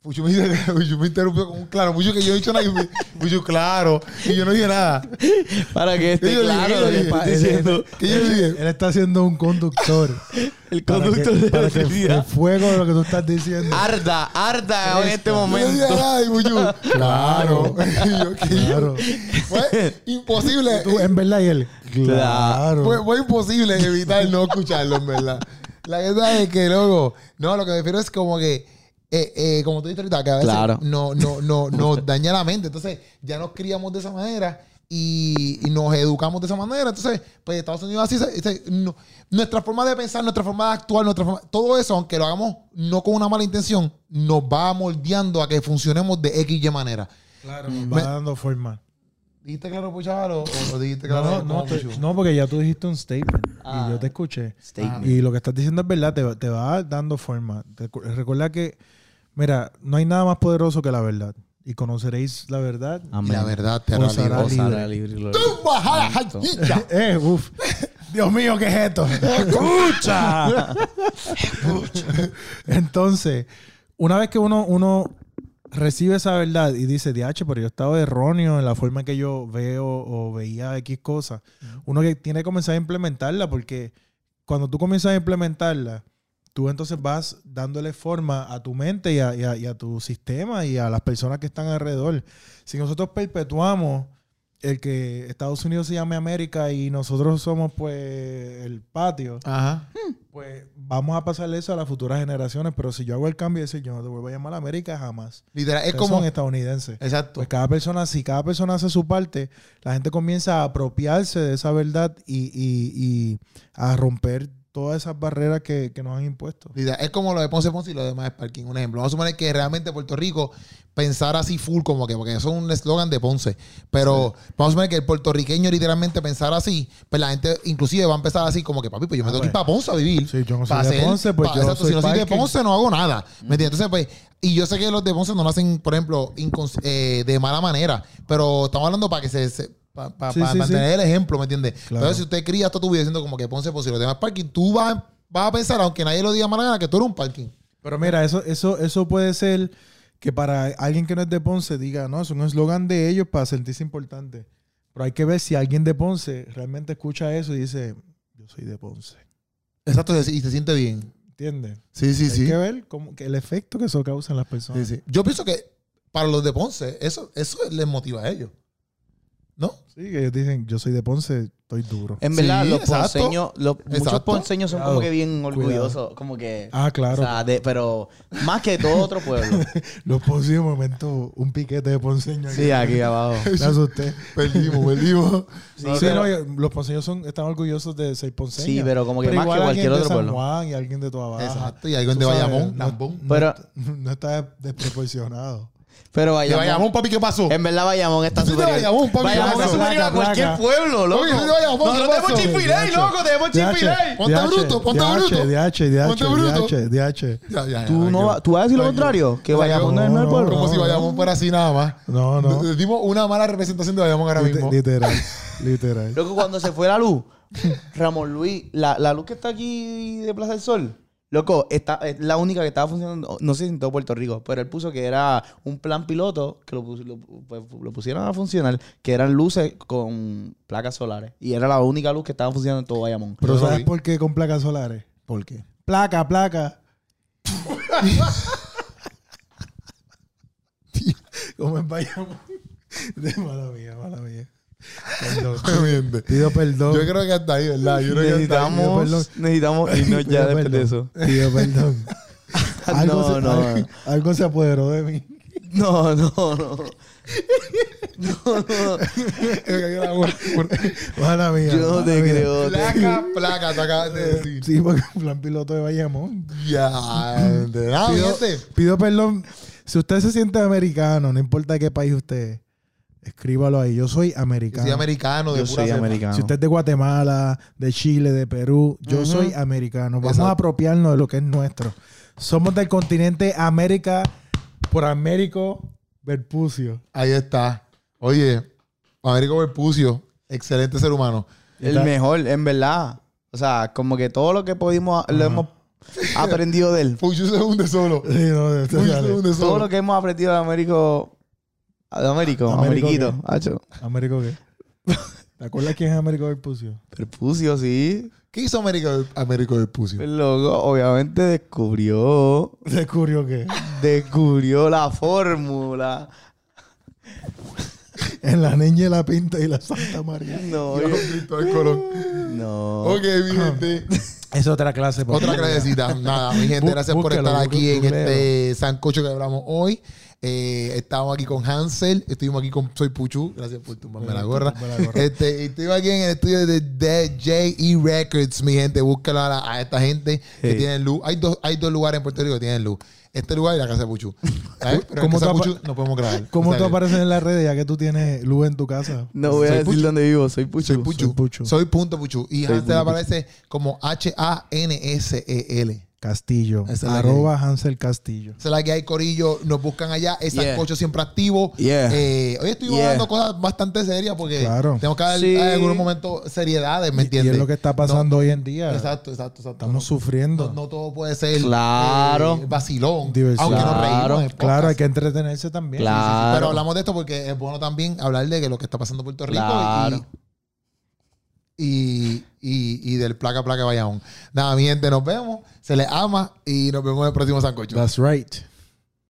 A: Puchu me, dice- Puchu me interrumpió con un claro. Puchu que yo he dicho nada. y me- Puchu, claro. Y yo no dije nada.
C: Para que
A: Y
C: esté
A: yo dije,
C: claro
A: yo
C: lo que
A: dije,
C: estás
A: yo dije,
C: diciendo.
A: Que yo dije.
B: Él está siendo un conductor.
C: El
B: para que-
C: conductor de Ah,
B: para
C: la
B: que el
C: felicidad.
B: fuego de lo que tú estás diciendo.
C: Arda, arda en este
A: Yo no dije
C: momento.
A: nada. Y Puchu, claro. Y yo, que yo-
B: Claro.
A: Fue imposible.
B: Tú, en verdad, y él. Claro.
A: Fue,
C: Pues,
A: fue imposible evitar no escucharlo, en verdad. La verdad es que, loco, no, lo que me refiero es como que, eh, eh, como tú dijiste ahorita, que a veces
C: Claro.
A: no, no, no, nos daña la mente. Entonces, ya nos criamos de esa manera y, y nos educamos de esa manera. Entonces, pues Estados Unidos así, se- se- no- nuestra forma de pensar, nuestra forma de actuar, nuestra forma- todo eso, aunque lo hagamos no con una mala intención, nos va moldeando a que funcionemos de X y manera.
B: Claro, va dando forma.
A: ¿Dijiste claro, puchalo? ¿O, o dijiste
B: No,
A: claro?
B: no,
A: como
B: no, te-
A: Puchu?
B: no, porque ya tú dijiste un statement
C: Ah.
B: y yo te escuché.
C: Statement.
B: Y lo que estás diciendo es verdad, te, va- te va dando forma. Te cu- recuerda que, mira, no hay nada más poderoso que la verdad. Y conoceréis la verdad.
A: Y la verdad te hará
B: Pues
A: libre.
B: hará
C: Os hará
B: libre.
C: libre, gloria.
A: tumba a la
C: Santo.
A: jayilla.
B: Eh, uf. Dios mío, ¿qué es esto? ¡Escucha! Entonces, una vez que uno, uno recibe esa verdad y dice, DH, pero yo estaba erróneo en la forma en que yo veo o veía X cosas, uno que tiene que comenzar a implementarla porque cuando tú comienzas a implementarla, tú entonces vas dándole forma a tu mente y a, y a- y a tu sistema y a las personas que están alrededor. Si nosotros perpetuamos el que Estados Unidos se llame América y nosotros somos pues el patio,
A: Ajá.
B: pues vamos a pasarle eso a las futuras generaciones. Pero si yo hago el cambio y decir, yo no te vuelvo a llamar América jamás.
A: Literal, es
B: Ustedes
A: como.
B: son estadounidenses.
A: Exacto.
B: Pues cada persona, si cada persona hace su parte, la gente comienza a apropiarse de esa verdad y, y- y a romper todas esas barreras que, que nos han impuesto.
A: Literal, es como lo de Ponce Ponce y lo de Maes Parking. Un ejemplo. Vamos a suponer que realmente Puerto Rico pensara así full, como que, porque eso es un eslogan de Ponce. Pero vamos a suponer que el puertorriqueño literalmente pensara así, pues la gente inclusive va a empezar así, como que, papi, pues yo me
B: Ah,
A: tengo que ir
B: pues.
A: para Ponce a vivir.
B: Sí, yo no soy
A: Pa'
B: de
A: hacer-
B: Ponce, pues
A: pa-
B: yo
A: exacto,
B: soy
A: si no soy de
B: parking.
A: Ponce no hago nada. ¿Me entiendes? Entonces, pues, y yo sé que los de Ponce no lo hacen, por ejemplo, incons- eh, de mala manera, pero estamos hablando para que se. para
B: Sí, sí, sí.
A: mantener el ejemplo, ¿me entiendes?
B: Claro.
A: Entonces, si usted cría toda tu vida diciendo como que Ponce Ponce y los demás parking, tú vas, vas a pensar, aunque nadie lo diga mal gana, que tú eres un parking.
B: Pero mira, eso, eso, eso puede ser que para alguien que no es de Ponce diga, no, es un eslogan de ellos para sentirse importante. Pero hay que ver si alguien de Ponce realmente escucha eso y dice, yo soy de Ponce.
A: Exacto, y se- y se siente bien.
B: ¿Entiendes?
A: Sí, sí,
B: hay que ver cómo, que el efecto que eso causa en las personas.
A: Yo pienso que para los de Ponce, eso, eso les motiva a ellos. ¿No?
B: Sí, que ellos dicen, yo soy de Ponce, estoy duro.
C: En
A: Sí,
C: verdad, los
A: exacto.
C: ponceños, los, muchos
A: Exacto.
C: ponceños son como
B: Cuidado.
C: que bien orgullosos, como que...
B: Ah,
C: o
B: claro.
C: sea, de- pero más que todo otro pueblo.
B: Los Ponce de momento, un piquete de ponceño.
C: sí, aquí abajo.
B: Me asusté.
A: Perdimos, perdimos.
C: Sí,
B: Sí,
C: pero-
B: no, yo- los ponceños son, están orgullosos de ser ponceños.
C: Sí, pero como que más que
B: igual
C: cualquier
B: alguien de
C: otro
B: San
C: pueblo.
B: Juan y alguien de Toa Baja.
A: Exacto. Y algo en de
B: Tú sabes,
A: Bayamón,
B: no-
A: Nambón.
B: No,
C: Pero-
B: no está desproporcionado.
C: Pero
A: De
C: Bayamón,
A: Bayamón, papi, ¿qué pasó?
C: En verdad, Bayamón está
A: Sí, de
C: superior.
A: Bayamón, papi,
C: Bayamón
A: ¿qué
C: es
A: pasó?
C: superior a
B: Placa,
C: cualquier
B: placa.
C: pueblo, loco.
A: Papi, sí, de Bayamón,
C: No,
A: ¿qué
C: no tenemos
A: pasó?
C: Chick-fil-A,
B: DH.
C: loco, tenemos Chick-fil-A.
A: Ponte bruto, ponte bruto.
B: DH, DH,
A: Ponte bruto.
B: DH, DH.
A: Ya, ya, ya,
C: ¿Tú, no,
A: tranquilo.
C: va- ¿Tú vas a decir lo
A: Tranquilo.
C: contrario? ¿Que Bayamón no es el
B: No,
C: mejor
B: no,
C: pueblo?
A: Como si Bayamón fuera así nada más.
B: No, no.
A: Le dimos una mala representación de Bayamón ahora mismo.
B: Lite- Literal, literal.
C: Loco, cuando se fue la luz, Ramón Luis, la, la luz que está aquí de Plaza del Sol, loco, está, es la única que estaba funcionando, no sé si en todo Puerto Rico, pero él puso que era un plan piloto que lo, pus- lo- pues, lo pusieron a funcionar, que eran luces con placas solares. Y era la única luz que estaba funcionando en todo Bayamón.
B: Pero
A: Yo lo
B: ¿sabes
A: vi.
B: por qué con placas solares?
A: ¿Por qué?
B: Placa, placa. Tío, ¿Cómo es Bayamón? De mala mía, mala mía. Perdón.
A: Obviamente.
B: Pido perdón.
A: Yo creo que hasta ahí, ¿verdad? Yo creo que hasta ahí.
B: Necesitamos- perdón.
C: necesitamos irnos
B: Pido perdón. Pido perdón. Algo
C: No,
B: se-
C: no.
B: algo- algo se apoderó de mí.
C: No, no, no.
B: Mala mía.
C: Yo no
B: mala
C: te
B: mía.
C: creo. te-
A: Placa, placa, te acabas de decir.
B: Sí, porque un plan piloto de Bayamón.
A: Ya, de nada,
B: Pido,
A: gente.
B: pido perdón. Si usted se siente americano, no importa qué país usted, es, escríbalo ahí. Yo soy
A: Yo
B: americano.
A: soy americano, de
C: Yo
A: pura
C: soy
A: cepa.
C: americano.
B: Si usted es de Guatemala, de Chile, de Perú, yo
C: Ujú.
B: soy americano. Vamos
A: Exacto.
B: a apropiarnos de lo que es nuestro. Somos del continente América por Américo Verpucio.
A: Ahí está. Oye, Américo Verpucio, excelente ser humano.
C: El mejor, en verdad. O sea, como que todo lo que pudimos, lo hemos aprendido de él.
A: Fuyu se hunde solo.
B: Sí, no, de-
A: Fuyu se
B: dale.
A: hunde
C: Todo
A: solo.
C: lo que hemos aprendido de Américo. De Américo,
B: ¿Américo
C: Ameriquito.
B: qué?
C: Hacho.
B: ¿Américo qué? ¿Te acuerdas quién es Américo Verpucio?
C: Perpucio, sí.
A: ¿Qué hizo Américo, Américo Verpucio?
C: El loco, obviamente, descubrió.
B: Descubrió que
C: Descubrió la fórmula.
B: en la niña y la pinta y la Santa María.
C: No,
A: Dios,
C: yo-
A: Cristóbal Colón.
C: no.
A: Ok, mi gente.
B: Es otra clase. papi.
A: Otra clasecita. Nada, mi gente,
B: Bú-
A: gracias por
B: búsquelo,
A: estar aquí en
B: googleo.
A: este sancocho que hablamos hoy. Eh, estamos aquí con Hansel, estuvimos aquí con Soy Puchu, gracias por tumbarme la gorra.
B: Eh, Tumbarme la gorra.
A: Este, y estoy aquí en el estudio de DJE Records, mi gente. Búscala a, la- a esta gente que
C: Sí.
A: tienen luz. Hay dos, hay dos lugares en Puerto Rico que tienen luz. Este lugar y la casa de Puchu. ¿Sabes? Pero en
B: ¿Cómo
A: casa de
B: tú apa-
A: Puchu no podemos grabar.
B: ¿Cómo tú
A: ¿Sabes?
B: apareces en las redes ya que tú tienes luz en tu casa?
C: No voy a
A: Soy
C: decir
A: Pucho.
C: dónde vivo, soy Pucho.
A: Soy Puchu.
B: Soy Puchu.
A: Soy punto Puchu. Y
C: Soy
A: Hansel
C: punto Puchu.
A: aparece como H-A-N-S-E-L.
B: Castillo.
A: Esa es la
B: Arroba Hansel Castillo.
A: Esa es la que hay, Corillo. Nos buscan allá. Es
C: Yeah.
A: Sancocho siempre activo.
C: Yeah.
A: Eh, hoy estuvimos
C: Yeah.
A: hablando cosas bastante serias porque
B: Claro.
A: tenemos que dar
C: Sí.
A: en algún momento seriedades, ¿me
B: Y-
A: entiendes?
B: Y es lo que está pasando hoy en día.
A: No, exacto, exacto, exacto.
B: Estamos
A: No-
B: sufriendo.
A: no, no todo puede ser
C: Claro.
A: eh, vacilón.
B: Diversión.
A: Aunque nos reímos.
C: Claro.
A: en podcast.
B: claro, hay que entretenerse también.
C: Claro.
A: Pero hablamos de esto porque es bueno también hablar de que lo que está pasando en Puerto Rico y-
C: Claro.
A: y, y, y del placa placa Bayamón. Nada, mi gente, nos vemos. Se les ama y nos vemos en el próximo Sancocho.
B: That's right.